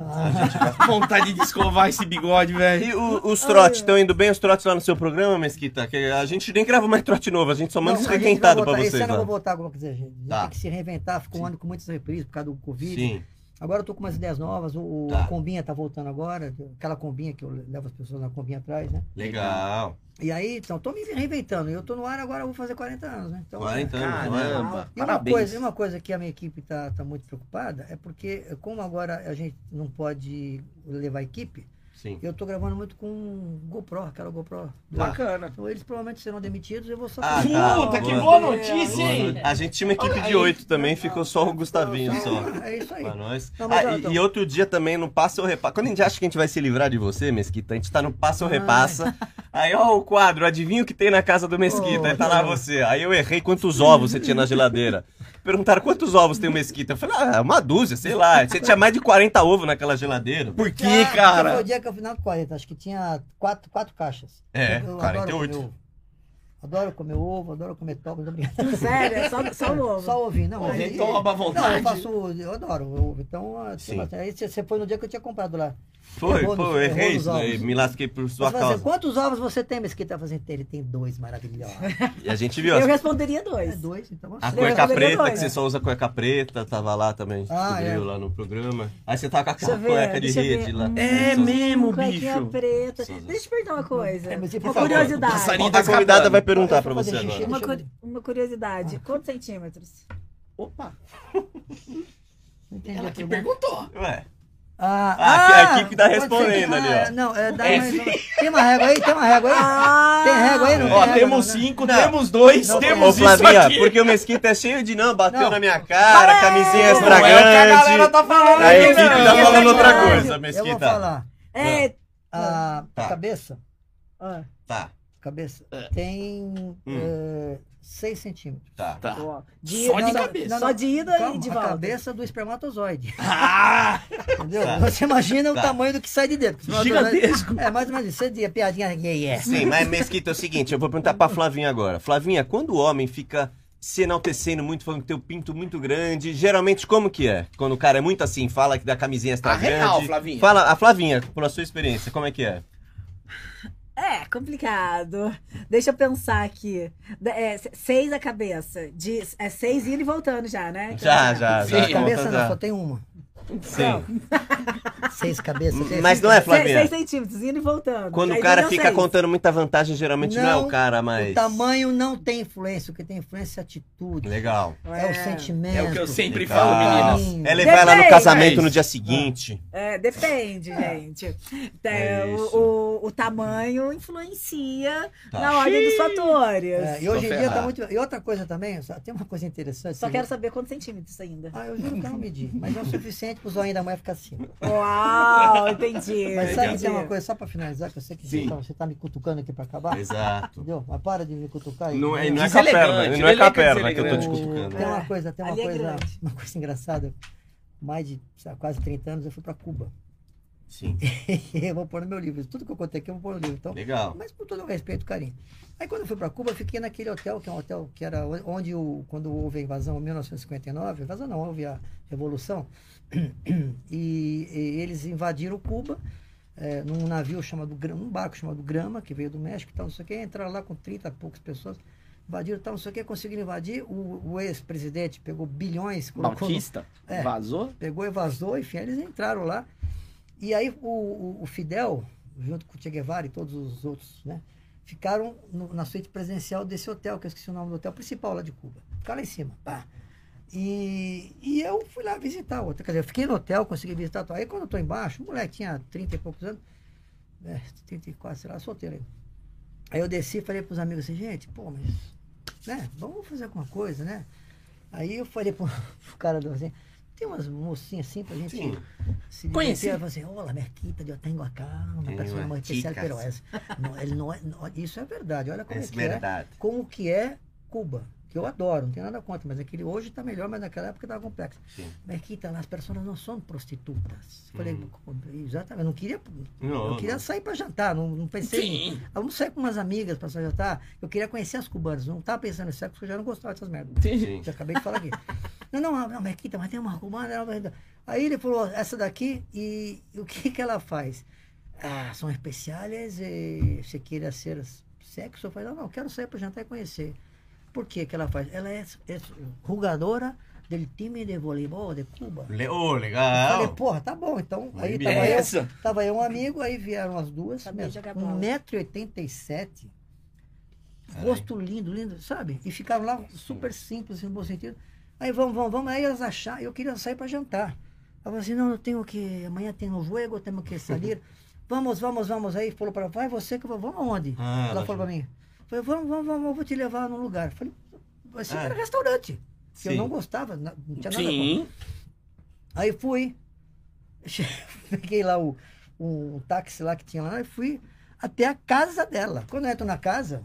[SPEAKER 2] Ah,
[SPEAKER 1] Vontade de escovar esse bigode, velho.
[SPEAKER 2] E o- os trotes, estão indo bem os trotes lá no seu programa, Mesquita? Que a gente nem grava mais trote novo, a gente só manda
[SPEAKER 6] Não,
[SPEAKER 2] os
[SPEAKER 6] a gente
[SPEAKER 2] requentados um
[SPEAKER 6] vai
[SPEAKER 2] pra
[SPEAKER 6] voltar. Esse
[SPEAKER 2] vocês
[SPEAKER 6] ano eu
[SPEAKER 2] lá.
[SPEAKER 6] vou voltar alguma coisa, gente. A gente
[SPEAKER 2] Tá.
[SPEAKER 6] Tem que se reinventar, ficou um ano com muitas reprises por causa do Covid.
[SPEAKER 2] Sim.
[SPEAKER 6] Agora eu tô com umas ideias novas, o, o-
[SPEAKER 2] Tá.
[SPEAKER 6] a combinha tá voltando agora, aquela combinha que eu levo as pessoas na combinha atrás, né?
[SPEAKER 2] Legal.
[SPEAKER 6] E aí, então, tô me reinventando. Eu tô no ar agora, eu vou fazer 40 anos, né? Então, né?
[SPEAKER 2] 40 anos,
[SPEAKER 1] Caramba.
[SPEAKER 2] caramba.
[SPEAKER 6] E uma
[SPEAKER 1] Parabéns.
[SPEAKER 6] coisa, e uma coisa que a minha equipe está tá muito preocupada é porque, como agora a gente não pode levar equipe,
[SPEAKER 2] Sim.
[SPEAKER 6] eu estou gravando muito com GoPro, aquela GoPro.
[SPEAKER 1] Bacana.
[SPEAKER 6] Então eles provavelmente serão demitidos e eu vou só.
[SPEAKER 2] Ah, tá.
[SPEAKER 1] Puta, que
[SPEAKER 2] Boa.
[SPEAKER 1] boa notícia, hein?
[SPEAKER 2] A gente tinha uma equipe de oito também, ficou só o Gustavinho só.
[SPEAKER 6] É isso aí.
[SPEAKER 2] Pra nós.
[SPEAKER 6] Não, mas
[SPEAKER 2] Ah,
[SPEAKER 6] olha,
[SPEAKER 2] e,
[SPEAKER 6] então-
[SPEAKER 2] e outro dia também no Passa ou Repassa. Quando a gente acha que a gente vai se livrar de você, Mesquita, a gente tá no Passa ou
[SPEAKER 6] Ai.
[SPEAKER 2] Repassa. Aí, ó, o quadro, adivinha o que tem na casa do Mesquita.
[SPEAKER 6] Oh,
[SPEAKER 2] Aí tá lá
[SPEAKER 6] não.
[SPEAKER 2] você. Aí eu errei quantos ovos você tinha na geladeira. Perguntaram quantos ovos tem o Mesquita. Eu falei, ah, uma dúzia, sei lá. Você tinha mais de 40 ovos naquela geladeira.
[SPEAKER 1] Por que,
[SPEAKER 6] Ah, esse Foi o
[SPEAKER 1] cara?
[SPEAKER 6] dia que eu fui na 40, acho que tinha quatro, quatro caixas.
[SPEAKER 2] É,
[SPEAKER 6] Eu- eu
[SPEAKER 2] 48.
[SPEAKER 6] Adoro comer, ovo. adoro comer ovo, adoro comer toba, adoro
[SPEAKER 3] Sério, é só, só o ovo.
[SPEAKER 6] Só ouvir, não.
[SPEAKER 1] Ovo e
[SPEAKER 6] aí-
[SPEAKER 1] toba à
[SPEAKER 6] Não,
[SPEAKER 1] vontade.
[SPEAKER 6] eu faço, eu adoro ovo. Então, ah, tem
[SPEAKER 2] Sim.
[SPEAKER 6] bastante. aí você- você foi no dia que eu tinha comprado lá.
[SPEAKER 2] Foi,
[SPEAKER 6] Errou nos-
[SPEAKER 2] foi,
[SPEAKER 6] errou
[SPEAKER 2] errei
[SPEAKER 6] nos
[SPEAKER 2] isso daí.
[SPEAKER 6] ovos.
[SPEAKER 2] Me lasquei por sua
[SPEAKER 6] Você fala
[SPEAKER 2] causa.
[SPEAKER 6] assim, quantos ovos você tem, Mesquita? Ela fala assim, ele tem dois maravilhosos.
[SPEAKER 2] E a gente viu
[SPEAKER 3] Eu
[SPEAKER 2] as...
[SPEAKER 3] responderia
[SPEAKER 6] É
[SPEAKER 3] dois.
[SPEAKER 6] dois, então
[SPEAKER 2] a
[SPEAKER 6] assim.
[SPEAKER 3] Eu
[SPEAKER 2] cueca
[SPEAKER 3] responderia
[SPEAKER 2] preta,
[SPEAKER 3] dois.
[SPEAKER 2] que você só usa cueca preta. Tava lá também, a gente
[SPEAKER 6] Ah,
[SPEAKER 2] descobriu
[SPEAKER 6] é.
[SPEAKER 2] lá no programa. Aí você tava com
[SPEAKER 3] Deixa
[SPEAKER 2] aquela
[SPEAKER 3] eu ver,
[SPEAKER 2] cueca é de
[SPEAKER 3] deixa eu ver.
[SPEAKER 2] rede lá.
[SPEAKER 3] Hum,
[SPEAKER 1] É
[SPEAKER 2] Só-
[SPEAKER 1] mesmo,
[SPEAKER 3] Cuequinha
[SPEAKER 1] bicho.
[SPEAKER 3] preta.
[SPEAKER 2] Só- só-
[SPEAKER 3] Deixa eu te perguntar uma coisa.
[SPEAKER 6] É, mas e por
[SPEAKER 3] uma
[SPEAKER 6] favor,
[SPEAKER 3] curiosidade.
[SPEAKER 1] passarinho
[SPEAKER 2] A convidada vai perguntar pra
[SPEAKER 6] Eu vou fazer
[SPEAKER 2] você
[SPEAKER 6] xixi.
[SPEAKER 2] agora.
[SPEAKER 3] Uma,
[SPEAKER 6] Deixa eu ver. Ah.
[SPEAKER 3] cu- uma curiosidade. Quantos centímetros?
[SPEAKER 1] Opa,
[SPEAKER 6] Não entendi
[SPEAKER 1] ela
[SPEAKER 6] a
[SPEAKER 1] que
[SPEAKER 6] pergunta.
[SPEAKER 1] perguntou.
[SPEAKER 2] Ué,
[SPEAKER 6] Ah,
[SPEAKER 2] Ah, aqui- aqui que tá
[SPEAKER 6] quanto você tem?
[SPEAKER 2] respondendo ali, ó.
[SPEAKER 6] Ah, Não, é, dá
[SPEAKER 1] É,
[SPEAKER 6] mais
[SPEAKER 1] sim.
[SPEAKER 6] uma- Tem uma régua aí, tem uma régua aí. Ah! Tem régua aí, não
[SPEAKER 2] É,
[SPEAKER 1] Ó,
[SPEAKER 6] tem?
[SPEAKER 1] temos
[SPEAKER 6] não, né?
[SPEAKER 1] cinco, temos dois,
[SPEAKER 6] Não,
[SPEAKER 2] Ô
[SPEAKER 1] temos isso
[SPEAKER 2] Flavinha,
[SPEAKER 1] aqui.
[SPEAKER 2] porque o Mesquita é cheio de não, bateu
[SPEAKER 6] Não.
[SPEAKER 2] na minha cara, camisinha
[SPEAKER 1] Não é o que a galera
[SPEAKER 2] estragante.
[SPEAKER 1] tá falando
[SPEAKER 2] A
[SPEAKER 1] aqui, é
[SPEAKER 2] equipe
[SPEAKER 1] não.
[SPEAKER 2] tá falando outra
[SPEAKER 3] Não.
[SPEAKER 2] coisa,
[SPEAKER 6] é Eu vou
[SPEAKER 2] Mesquita.
[SPEAKER 6] falar.
[SPEAKER 3] É,
[SPEAKER 6] A
[SPEAKER 2] Tá.
[SPEAKER 6] cabeça,
[SPEAKER 3] Ah,
[SPEAKER 2] Tá,
[SPEAKER 6] cabeça,
[SPEAKER 2] Hum.
[SPEAKER 6] tem 6 centímetros.
[SPEAKER 2] tá.
[SPEAKER 1] Tá.
[SPEAKER 3] ó, de
[SPEAKER 1] Só de
[SPEAKER 3] ida-
[SPEAKER 1] cabeça.
[SPEAKER 3] Só de ida
[SPEAKER 6] Calma,
[SPEAKER 3] e de
[SPEAKER 6] a
[SPEAKER 3] volta.
[SPEAKER 6] cabeça do espermatozoide.
[SPEAKER 1] Ah,
[SPEAKER 6] Entendeu?
[SPEAKER 2] Tá.
[SPEAKER 6] Você imagina
[SPEAKER 2] Tá.
[SPEAKER 6] o tamanho do que sai de dentro.
[SPEAKER 1] né?
[SPEAKER 6] porque o espermatozoide-
[SPEAKER 1] gigantesco.
[SPEAKER 6] É, mais ou menos isso. Você dizia piadinha, yeah, yeah.
[SPEAKER 2] Sim, mas Mesquita é o seguinte, eu vou perguntar pra Flavinha agora. Flavinha, quando o homem fica se enaltecendo muito, falando que tem o pinto muito grande, geralmente como que é? Quando o cara é muito assim, fala que da camisinha
[SPEAKER 1] A
[SPEAKER 2] estragante.
[SPEAKER 1] Ah, real, Flavinha.
[SPEAKER 2] Fala, a Flavinha, pela sua experiência, como é que é?
[SPEAKER 3] É, complicado. Deixa eu pensar aqui. Da- é, se- seis a cabeça. De, é seis indo e voltando já, né? Então,
[SPEAKER 2] Já, já,
[SPEAKER 1] Sim,
[SPEAKER 2] já.
[SPEAKER 1] a
[SPEAKER 6] cabeça
[SPEAKER 2] conta já.
[SPEAKER 6] não, só tem uma.
[SPEAKER 2] Sim.
[SPEAKER 6] Seis cabeças. seis-
[SPEAKER 2] Mas não é, Flavinha?
[SPEAKER 3] 6 centímetros, indo e voltando.
[SPEAKER 2] Quando o
[SPEAKER 3] Aí
[SPEAKER 2] cara
[SPEAKER 3] deu
[SPEAKER 2] fica
[SPEAKER 3] seis.
[SPEAKER 2] contando muita vantagem, geralmente não, é o cara mais.
[SPEAKER 6] O tamanho não tem influência. O que tem influência é a atitude.
[SPEAKER 2] Legal.
[SPEAKER 6] É, o sentimento.
[SPEAKER 1] É o que eu sempre
[SPEAKER 2] Legal.
[SPEAKER 1] falo, meninas.
[SPEAKER 6] Sim.
[SPEAKER 2] É levar ela no
[SPEAKER 3] Depende.
[SPEAKER 2] casamento
[SPEAKER 1] É
[SPEAKER 2] no
[SPEAKER 1] isso.
[SPEAKER 2] dia seguinte.
[SPEAKER 3] É, depende, gente.
[SPEAKER 2] É
[SPEAKER 3] É, o-
[SPEAKER 2] isso.
[SPEAKER 3] o, o tamanho influencia
[SPEAKER 2] Tá.
[SPEAKER 3] na ordem dos fatores.
[SPEAKER 6] É, e hoje em
[SPEAKER 1] Tô
[SPEAKER 6] dia tá
[SPEAKER 2] ferrado.
[SPEAKER 6] muito. E outra coisa também, só- tem uma coisa interessante.
[SPEAKER 3] Só
[SPEAKER 6] assim,
[SPEAKER 3] quero saber quantos centímetros ainda.
[SPEAKER 6] Ah, eu juro que eu não medi, mas é o suficiente pro zoinho da mãe ficar assim.
[SPEAKER 3] Uau,
[SPEAKER 2] É,
[SPEAKER 3] entendi.
[SPEAKER 6] Mas sabe que
[SPEAKER 3] entendi.
[SPEAKER 6] tem uma coisa, só pra finalizar, que eu sei que você
[SPEAKER 1] Sim.
[SPEAKER 6] tá, você tá me cutucando aqui pra acabar.
[SPEAKER 2] Exato.
[SPEAKER 6] Entendeu? Mas para de me cutucar aí.
[SPEAKER 2] Não é,
[SPEAKER 6] entendeu?
[SPEAKER 2] não é com a
[SPEAKER 1] Deselegante,
[SPEAKER 2] perna, não é com a
[SPEAKER 1] elegante,
[SPEAKER 2] perna que eu tô
[SPEAKER 1] deselegante.
[SPEAKER 2] te cutucando.
[SPEAKER 6] Tem uma
[SPEAKER 3] É.
[SPEAKER 6] coisa, tem uma
[SPEAKER 3] Ali é
[SPEAKER 6] coisa,
[SPEAKER 3] grande.
[SPEAKER 6] uma coisa engraçada. Mais de sei lá, quase 30 anos eu fui pra Cuba.
[SPEAKER 2] Sim,
[SPEAKER 6] eu vou pôr no meu livro. Tudo que eu contei aqui eu vou pôr no livro. Então,
[SPEAKER 2] legal.
[SPEAKER 6] mas com todo o respeito, e carinho. Aí quando eu fui para Cuba, eu fiquei naquele hotel, que é um hotel que era o- onde o, quando houve a invasão em 1959, invasão não, houve a revolução, e, e eles invadiram Cuba eh, num navio chamado Grama, um barco chamado Grama, que veio do México e tal, não sei o quê, entraram lá com 30 e poucas pessoas, invadiram e tal, não sei o quê, conseguiram invadir, o, o ex-presidente pegou bilhões, colocou no-
[SPEAKER 1] Bautista?
[SPEAKER 6] É.
[SPEAKER 1] Vazou?
[SPEAKER 6] pegou e vazou, enfim, eles entraram lá. E aí o, o- o Fidel, junto com o Che Guevara e todos os outros, né? Ficaram no- na suíte presidencial desse hotel, que eu esqueci o nome do hotel principal lá de Cuba. Ficaram lá em cima, pá. E, e eu fui lá visitar o hotel. Quer dizer, eu fiquei no hotel, consegui visitar. tal. Aí quando eu tô embaixo, o moleque tinha 30 e poucos anos, né, 34, sei lá, solteiro ainda. Aí eu desci e falei pros amigos assim, gente, pô, mas, né, vamos fazer alguma coisa, né? Aí eu falei pro, pro cara do assim, tem umas mocinhas assim pra gente
[SPEAKER 2] Sim.
[SPEAKER 6] se
[SPEAKER 1] Conheci.
[SPEAKER 6] divertir. Ela falou assim, olá, Merquita, eu tenho acá é uma
[SPEAKER 2] Tenho
[SPEAKER 6] pessoa muito especial,
[SPEAKER 2] chicas.
[SPEAKER 6] pero es- não, ele não é- não- isso é verdade, olha como é,
[SPEAKER 2] É
[SPEAKER 6] que é,
[SPEAKER 2] verdade.
[SPEAKER 6] como que é Cuba, que eu adoro, não tenho nada contra, mas aquele hoje tá melhor, mas naquela época tava complexo.
[SPEAKER 2] Sim.
[SPEAKER 6] Merquita, as pessoas não são prostitutas. Falei,
[SPEAKER 2] Uhum.
[SPEAKER 6] "Como? exatamente, eu não queria,
[SPEAKER 2] Não,
[SPEAKER 6] eu queria sair pra jantar, não, não pensei em-
[SPEAKER 1] Sim.
[SPEAKER 6] ah, Vamos sair com umas amigas pra só jantar. Eu queria conhecer as cubanas. Não tava pensando em sexo, porque eu já não gostava dessas merdas.
[SPEAKER 1] Sim.
[SPEAKER 2] Sim.
[SPEAKER 6] Já acabei de falar aqui. não, não, não, mas aqui tá, mas tem uma cubana. ela vai- Aí ele falou, essa daqui, e e o que que ela faz? Ah, são especiais, e você queira ser sexo? Eu falei, não, não, quero sair pra jantar e conhecer. Por que que ela faz? Ela é, é jogadora do time de voleibol de Cuba.
[SPEAKER 2] Le- Ô,
[SPEAKER 6] Eu falei,
[SPEAKER 2] legal.
[SPEAKER 6] porra, tá bom, então. Aí
[SPEAKER 2] Muito
[SPEAKER 6] tava
[SPEAKER 2] bem.
[SPEAKER 6] eu,
[SPEAKER 1] Essa.
[SPEAKER 6] tava eu um amigo, aí vieram as duas.
[SPEAKER 3] Sabia
[SPEAKER 6] mesmo,
[SPEAKER 3] jogar bola.
[SPEAKER 6] 1,87m. Rosto lindo, lindo, sabe? E ficaram lá super simples, no bom sentido. Aí vamos, vamos, vamos. Aí elas acharam, eu queria sair para jantar. Ela falou assim: não, eu tenho que. Amanhã tem um jogo, temos que sair. vamos, vamos, vamos. Aí falou para vai você que eu vou. Vamos aonde?
[SPEAKER 2] Ah,
[SPEAKER 6] ela
[SPEAKER 2] ela
[SPEAKER 6] falou para mim: falei, vamos, vamos, vamos, eu vou te levar num lugar. Eu Falei, mas isso
[SPEAKER 2] Ah.
[SPEAKER 6] era restaurante. Que eu
[SPEAKER 2] Sim.
[SPEAKER 6] não gostava, na- não tinha nada a ver.
[SPEAKER 1] Sim.
[SPEAKER 6] Aí fui. Che- Peguei lá o, um táxi lá que tinha lá e fui até a casa dela. Quando eu entro na casa,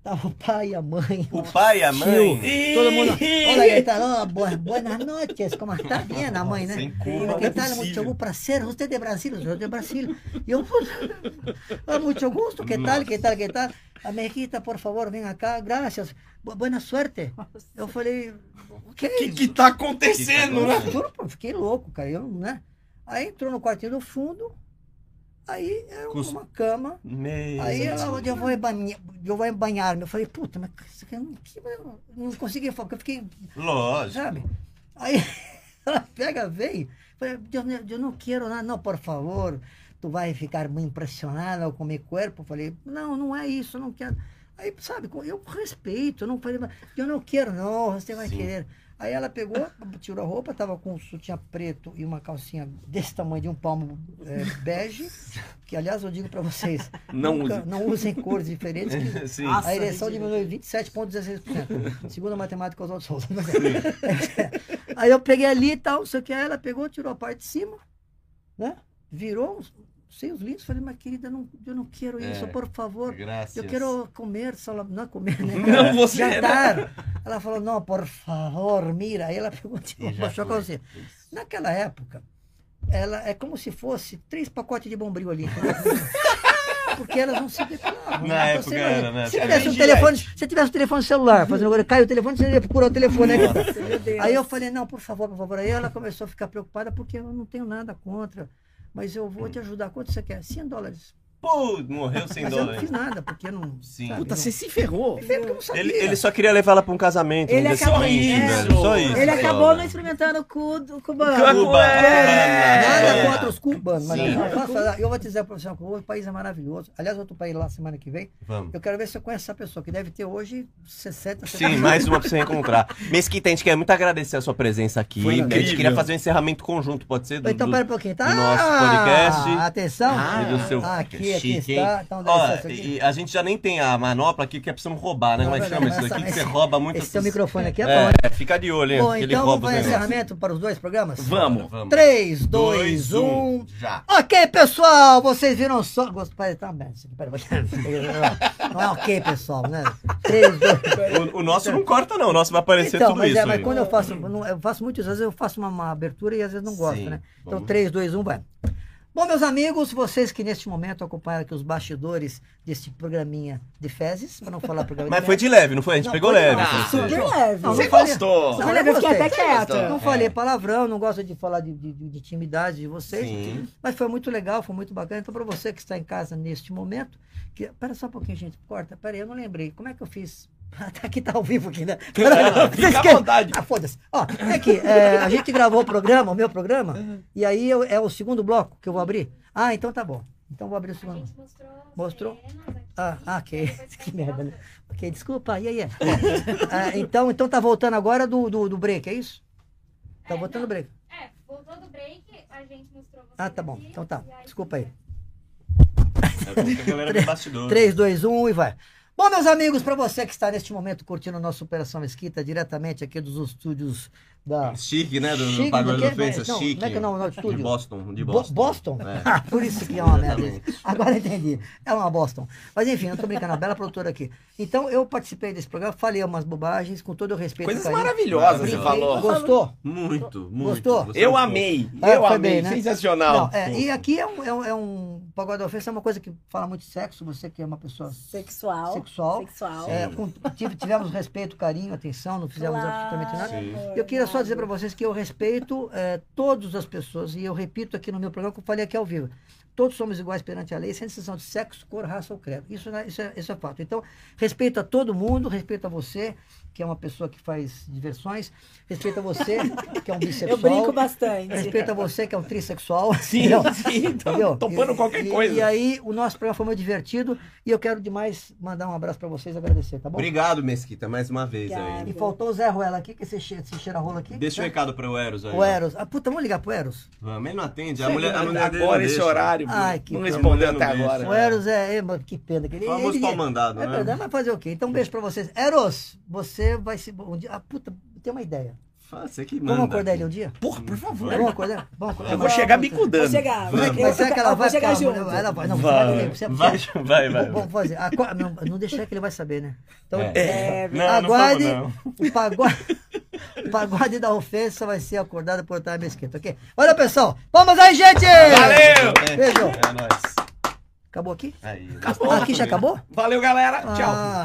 [SPEAKER 6] tava o pai, a mãe,
[SPEAKER 2] O pai e a mãe.
[SPEAKER 6] todo mundo. Olha aí, tá lá, boa, buenas noches, como está bien, a mãe, né?
[SPEAKER 2] Sem curva,
[SPEAKER 6] Como
[SPEAKER 2] não é
[SPEAKER 6] que tal?
[SPEAKER 2] possível.
[SPEAKER 6] Muito prazer, você é de Brasil, eu de Brasil. E eu, "Ah, muito gosto, que tal, que tal, que tal? A Mequita, por favor, vem cá, graças, Bu- buena suerte. Eu falei, o
[SPEAKER 1] O que que tá acontecendo,
[SPEAKER 2] Que que tá
[SPEAKER 1] né?
[SPEAKER 6] eu juro, pô, fiquei louco, cara. Eu, né? Aí entrou no quartinho do fundo, aí era
[SPEAKER 2] Cus-
[SPEAKER 6] uma cama.
[SPEAKER 2] Meu
[SPEAKER 6] Aí
[SPEAKER 2] Deus.
[SPEAKER 6] ela onde eu vou banhar, eu vou banhar. Eu falei, puta, mas isso aqui eu não, que- eu não consegui falar, porque eu fiquei,
[SPEAKER 2] Lógico.
[SPEAKER 6] sabe? Aí ela pega, veio. Falei, eu, não- eu não quero nada, não, por favor. Tu vai ficar muito impressionada com o meu corpo. Eu falei, não, não é isso, eu não quero. Aí, sabe, com- eu respeito, eu não falei, mas eu não quero, não, você vai
[SPEAKER 2] Sim.
[SPEAKER 6] querer. Aí ela pegou, tirou a roupa, tava com um sutiã preto e uma calcinha desse tamanho, de um palmo é, bege, que aliás eu digo para vocês,
[SPEAKER 1] Não
[SPEAKER 6] nunca-
[SPEAKER 1] use.
[SPEAKER 6] não usem cores diferentes, que
[SPEAKER 2] Sim.
[SPEAKER 3] Nossa,
[SPEAKER 6] a ereção
[SPEAKER 3] ridículo.
[SPEAKER 6] diminui 27,16%. Segundo a matemática Oswaldo Souza. Mas é. aí eu peguei ali e tal, não sei o que. Aí ela pegou, tirou a parte de cima, né? Virou os seios lindos. Falei, mas querida, não, eu não quero isso,
[SPEAKER 2] É.
[SPEAKER 6] por favor.
[SPEAKER 2] Graças.
[SPEAKER 6] Eu quero comer, sala- não comer, né?
[SPEAKER 1] Não, você, né?
[SPEAKER 6] Jantar. Ela falou, não, por favor, mira. Aí ela pegou, tirou,
[SPEAKER 2] E já
[SPEAKER 6] baixou a
[SPEAKER 2] foi.
[SPEAKER 6] calcinha. Naquela época, ela é como se fosse três pacotes de bombril ali. entendeu? Porque elas não se depilavam.
[SPEAKER 2] Na
[SPEAKER 6] Então,
[SPEAKER 2] época
[SPEAKER 6] você-
[SPEAKER 2] era, né?
[SPEAKER 6] Se
[SPEAKER 2] Era
[SPEAKER 6] tivesse, um
[SPEAKER 2] gigante.
[SPEAKER 6] telefone, se tivesse um telefone celular, fazendo agora, cai o telefone, você ia procurar o telefone. Né?
[SPEAKER 3] Meu Deus.
[SPEAKER 6] Aí eu falei, não, por favor, por favor. Aí ela começou a ficar preocupada, porque eu não tenho nada contra. Mas eu vou te ajudar. Quanto você quer? 100 dólares.
[SPEAKER 2] Pô, morreu sem
[SPEAKER 6] Mas eu não
[SPEAKER 2] dólar.
[SPEAKER 6] fiz nada, porque eu não.
[SPEAKER 2] Sim.
[SPEAKER 6] sabe,
[SPEAKER 1] Puta,
[SPEAKER 6] não-
[SPEAKER 1] você se ferrou.
[SPEAKER 6] Primeiro que eu não sabia.
[SPEAKER 2] Ele, ele só queria levar ela pra um casamento.
[SPEAKER 3] Ele
[SPEAKER 2] um
[SPEAKER 3] acabou-
[SPEAKER 2] descente,
[SPEAKER 3] é.
[SPEAKER 2] velho, Só isso.
[SPEAKER 3] Ele
[SPEAKER 2] só.
[SPEAKER 3] acabou não experimentando o cu do cubano.
[SPEAKER 2] Cuba.
[SPEAKER 6] Nada
[SPEAKER 2] É.
[SPEAKER 6] contra os cubanos, mas
[SPEAKER 2] Sim.
[SPEAKER 6] eu, posso falar, eu vou te dizer para você uma coisa, o país é maravilhoso. Aliás, outro país lá semana que vem.
[SPEAKER 2] Vamos.
[SPEAKER 6] Eu quero ver se eu conheço essa pessoa, que deve ter hoje 60, 70
[SPEAKER 2] Sim, mais uma pra você encontrar. Mesquita, a gente quer muito agradecer a sua presença aqui.
[SPEAKER 1] Foi
[SPEAKER 2] a gente
[SPEAKER 1] incrível.
[SPEAKER 2] queria fazer um encerramento conjunto, pode ser? Do,
[SPEAKER 6] Então,
[SPEAKER 2] do-
[SPEAKER 6] pera um pouquinho, tá?
[SPEAKER 2] do nosso podcast.
[SPEAKER 6] Ah, Atenção.
[SPEAKER 1] Ah,
[SPEAKER 2] e do seu-
[SPEAKER 6] aqui, aqui
[SPEAKER 2] Chique, hein?
[SPEAKER 6] está. Então, dá
[SPEAKER 2] Ó,
[SPEAKER 6] licença aqui.
[SPEAKER 2] e a gente já nem tem a manopla aqui, que é pra você não roubar, né?
[SPEAKER 6] Não,
[SPEAKER 2] Como é que
[SPEAKER 6] não,
[SPEAKER 2] chama
[SPEAKER 6] não,
[SPEAKER 2] isso
[SPEAKER 6] essa-
[SPEAKER 2] daqui? Que você
[SPEAKER 6] esse-
[SPEAKER 2] rouba muito.
[SPEAKER 6] Esse teu microfone aqui é, bom,
[SPEAKER 2] É, fica de olho,
[SPEAKER 6] né?
[SPEAKER 2] hein?
[SPEAKER 6] Bom,
[SPEAKER 2] que ele
[SPEAKER 6] então vamos
[SPEAKER 2] rouba os
[SPEAKER 6] fazer
[SPEAKER 2] negócios.
[SPEAKER 6] encerramento para os dois programas?
[SPEAKER 1] Vamos.
[SPEAKER 4] Vamos.
[SPEAKER 6] 3, 2, 1.
[SPEAKER 4] Já.
[SPEAKER 6] Ok, pessoal, vocês viram só. Gosto- Peraí, tá aberto isso aqui, peraí. vou- Não é ok, pessoal, né? 3, 2,
[SPEAKER 2] O, o nosso não corta, não. O nosso vai aparecer
[SPEAKER 6] Então,
[SPEAKER 2] tudo
[SPEAKER 6] mas,
[SPEAKER 2] isso. né?
[SPEAKER 6] é, mas
[SPEAKER 2] aí.
[SPEAKER 6] quando eu faço, não- eu faço muitas vezes, eu faço uma, uma abertura e às vezes não gosto,
[SPEAKER 2] Sim,
[SPEAKER 6] né? Então,
[SPEAKER 2] vamos.
[SPEAKER 6] 3, 2, 1, vai. Bom, meus amigos, vocês que neste momento acompanham aqui os bastidores deste programinha de fezes, para não falar programa
[SPEAKER 2] Mas
[SPEAKER 6] de
[SPEAKER 2] foi de leve, não foi? A gente
[SPEAKER 6] Não, Ah,
[SPEAKER 2] pegou
[SPEAKER 6] foi de
[SPEAKER 2] leve.
[SPEAKER 1] leve,
[SPEAKER 2] foi
[SPEAKER 3] Super
[SPEAKER 2] assim.
[SPEAKER 3] leve.
[SPEAKER 6] Não,
[SPEAKER 1] Você
[SPEAKER 6] falei-
[SPEAKER 1] gostou.
[SPEAKER 6] Não,
[SPEAKER 3] Olha, eu fiquei até
[SPEAKER 6] gostei.
[SPEAKER 3] quieta.
[SPEAKER 2] é.
[SPEAKER 6] Não falei palavrão, não gosto de falar de, de, de intimidade de vocês,
[SPEAKER 2] Sim.
[SPEAKER 6] mas foi muito legal, foi muito bacana. Então, para você que está em casa neste momento, que... pera só um pouquinho, gente, corta, pera aí, eu não lembrei. Como é que eu fiz? Aqui tá ao vivo aqui, né?
[SPEAKER 1] Fica à vontade.
[SPEAKER 6] Ah, foda-se. Ó, é que é, a gente gravou o programa, o meu programa, e aí eu- é o segundo bloco que eu vou abrir. Ah, então tá bom. Então vou abrir o
[SPEAKER 7] A
[SPEAKER 6] segundo.
[SPEAKER 7] gente mostrou. as
[SPEAKER 6] Mostrou?
[SPEAKER 7] cenas aqui.
[SPEAKER 6] Ah, ah, ok.
[SPEAKER 7] Depois
[SPEAKER 6] Que
[SPEAKER 7] faz
[SPEAKER 6] merda, né?
[SPEAKER 7] volta.
[SPEAKER 6] Ok, desculpa. E aí, é. Ah, então, então tá voltando agora do, do, do break, é isso? Tá
[SPEAKER 7] É,
[SPEAKER 6] voltando
[SPEAKER 7] não.
[SPEAKER 6] o break.
[SPEAKER 7] É, voltou do break, a gente mostrou. vocês
[SPEAKER 6] Ah, tá bom.
[SPEAKER 7] aqui,
[SPEAKER 6] Então tá.
[SPEAKER 7] e
[SPEAKER 6] Desculpa aí.
[SPEAKER 2] É, a galera do bastidor.
[SPEAKER 6] 3, 2, 1 e vai. Bom, meus amigos, para você que está neste momento curtindo a nossa Operação Mesquita, diretamente aqui dos estúdios da.
[SPEAKER 2] Chique, né? Do,
[SPEAKER 6] Chique do
[SPEAKER 2] do Padrão de
[SPEAKER 6] quê?
[SPEAKER 2] Ofensa,
[SPEAKER 6] Não,
[SPEAKER 2] chique.
[SPEAKER 6] como é que é o nome do estúdio?
[SPEAKER 2] De Boston. De
[SPEAKER 6] Bo-
[SPEAKER 2] Boston.
[SPEAKER 6] Boston?
[SPEAKER 2] É.
[SPEAKER 6] Ah, por isso que é uma merda.
[SPEAKER 2] Exatamente.
[SPEAKER 6] Agora entendi. É uma Boston. Mas enfim, eu tô brincando, a bela produtora aqui. Então, eu participei desse programa, falei umas bobagens, com todo o respeito.
[SPEAKER 1] Coisas
[SPEAKER 6] e carinho.
[SPEAKER 1] maravilhosas, você
[SPEAKER 2] Brinquei.
[SPEAKER 1] falou.
[SPEAKER 6] Gostou?
[SPEAKER 2] Muito, muito.
[SPEAKER 6] Gostou?
[SPEAKER 2] Você
[SPEAKER 1] Eu
[SPEAKER 2] gostou?
[SPEAKER 1] amei.
[SPEAKER 6] É,
[SPEAKER 1] Eu
[SPEAKER 6] foi
[SPEAKER 1] amei.
[SPEAKER 6] bem, né?
[SPEAKER 1] Sensacional.
[SPEAKER 6] Não, é, e aqui é um, é um, é um pagode da ofensa, é uma coisa que fala muito de sexo, você que é uma pessoa
[SPEAKER 3] Sexual.
[SPEAKER 6] sexual.
[SPEAKER 3] Sexual.
[SPEAKER 6] É, com- tive- tivemos respeito, carinho, atenção, não fizemos absolutamente nada.
[SPEAKER 2] Sim.
[SPEAKER 6] Eu queria só dizer para vocês que eu respeito eh, todas as pessoas, e eu repito aqui no meu programa, que eu falei aqui ao vivo. Todos somos iguais perante a lei, sem exceção de sexo, cor, raça ou credo. Isso, né, isso, é, isso é fato. Então, respeito a todo mundo, respeito a você, que é uma pessoa que faz diversões, respeito a você, que é um
[SPEAKER 3] Eu
[SPEAKER 6] bissexual.
[SPEAKER 3] brinco bastante.
[SPEAKER 6] Respeito a você que é um trissexual.
[SPEAKER 1] Sim,
[SPEAKER 6] entendeu?
[SPEAKER 1] sim. tô-
[SPEAKER 6] Entendeu?
[SPEAKER 1] Topando
[SPEAKER 6] E-
[SPEAKER 1] qualquer
[SPEAKER 6] e- E
[SPEAKER 1] coisa.
[SPEAKER 6] aí, o nosso programa foi muito divertido e eu quero demais mandar um abraço pra vocês e agradecer, tá bom?
[SPEAKER 2] Obrigado, Mesquita, mais uma vez
[SPEAKER 3] Obrigada.
[SPEAKER 2] aí.
[SPEAKER 6] E faltou o Zé Ruela aqui, que esse cheira, esse cheira rola aqui.
[SPEAKER 2] Deixa o
[SPEAKER 6] né?
[SPEAKER 2] recado pro Eros aí.
[SPEAKER 6] O Eros. Ah, puta, vamos ligar pro Eros?
[SPEAKER 2] Vamos, ele não atende. A mulher, a mulher dele não
[SPEAKER 1] Agora, esse
[SPEAKER 2] deixa.
[SPEAKER 1] horário,
[SPEAKER 6] Ai, que
[SPEAKER 1] não
[SPEAKER 6] pena.
[SPEAKER 1] respondeu até
[SPEAKER 2] Não deixa.
[SPEAKER 1] agora.
[SPEAKER 6] O Eros é... é, mano, que pena. Que ele,
[SPEAKER 2] Famoso
[SPEAKER 6] ele-
[SPEAKER 2] pau mandado,
[SPEAKER 6] É verdade,
[SPEAKER 2] né?
[SPEAKER 6] mas fazer o quê? Então, um beijo pra vocês. Eros, você vai se... Um dia... Ah, puta, tem uma ideia.
[SPEAKER 2] Fala, Você que manda.
[SPEAKER 6] Vamos acordar ele um dia?
[SPEAKER 1] Porra, por favor.
[SPEAKER 6] Vamos acordar? Vamos acordar?
[SPEAKER 1] Eu vou chegar
[SPEAKER 3] Vou
[SPEAKER 1] bicudando.
[SPEAKER 3] chegar.
[SPEAKER 2] Vamos.
[SPEAKER 3] eu-
[SPEAKER 6] Mas será que ela
[SPEAKER 3] eu
[SPEAKER 6] é, vai
[SPEAKER 3] vou chegar
[SPEAKER 6] ficar... né?
[SPEAKER 3] junto.
[SPEAKER 6] Ela vai... Ah, Não, você vai
[SPEAKER 1] Vai.
[SPEAKER 6] comigo, você é
[SPEAKER 2] Vai, vai, vai.
[SPEAKER 6] Vamos fazer. Aco- Não, não deixa que ele vai saber, né? Então,
[SPEAKER 2] É.
[SPEAKER 3] É,
[SPEAKER 2] Não,
[SPEAKER 6] Aguarde.
[SPEAKER 2] não falo, não.
[SPEAKER 6] O pagode, o pagode da ofensa vai ser acordado por Otávio Mesquita, ok? Olha, pessoal. Vamos aí, gente!
[SPEAKER 1] Valeu!
[SPEAKER 6] Beijo.
[SPEAKER 2] É nóis.
[SPEAKER 6] Acabou aqui?
[SPEAKER 2] Aí. tá
[SPEAKER 6] Ah, aqui já acabou?
[SPEAKER 1] Valeu, galera. Tchau.
[SPEAKER 6] Ah.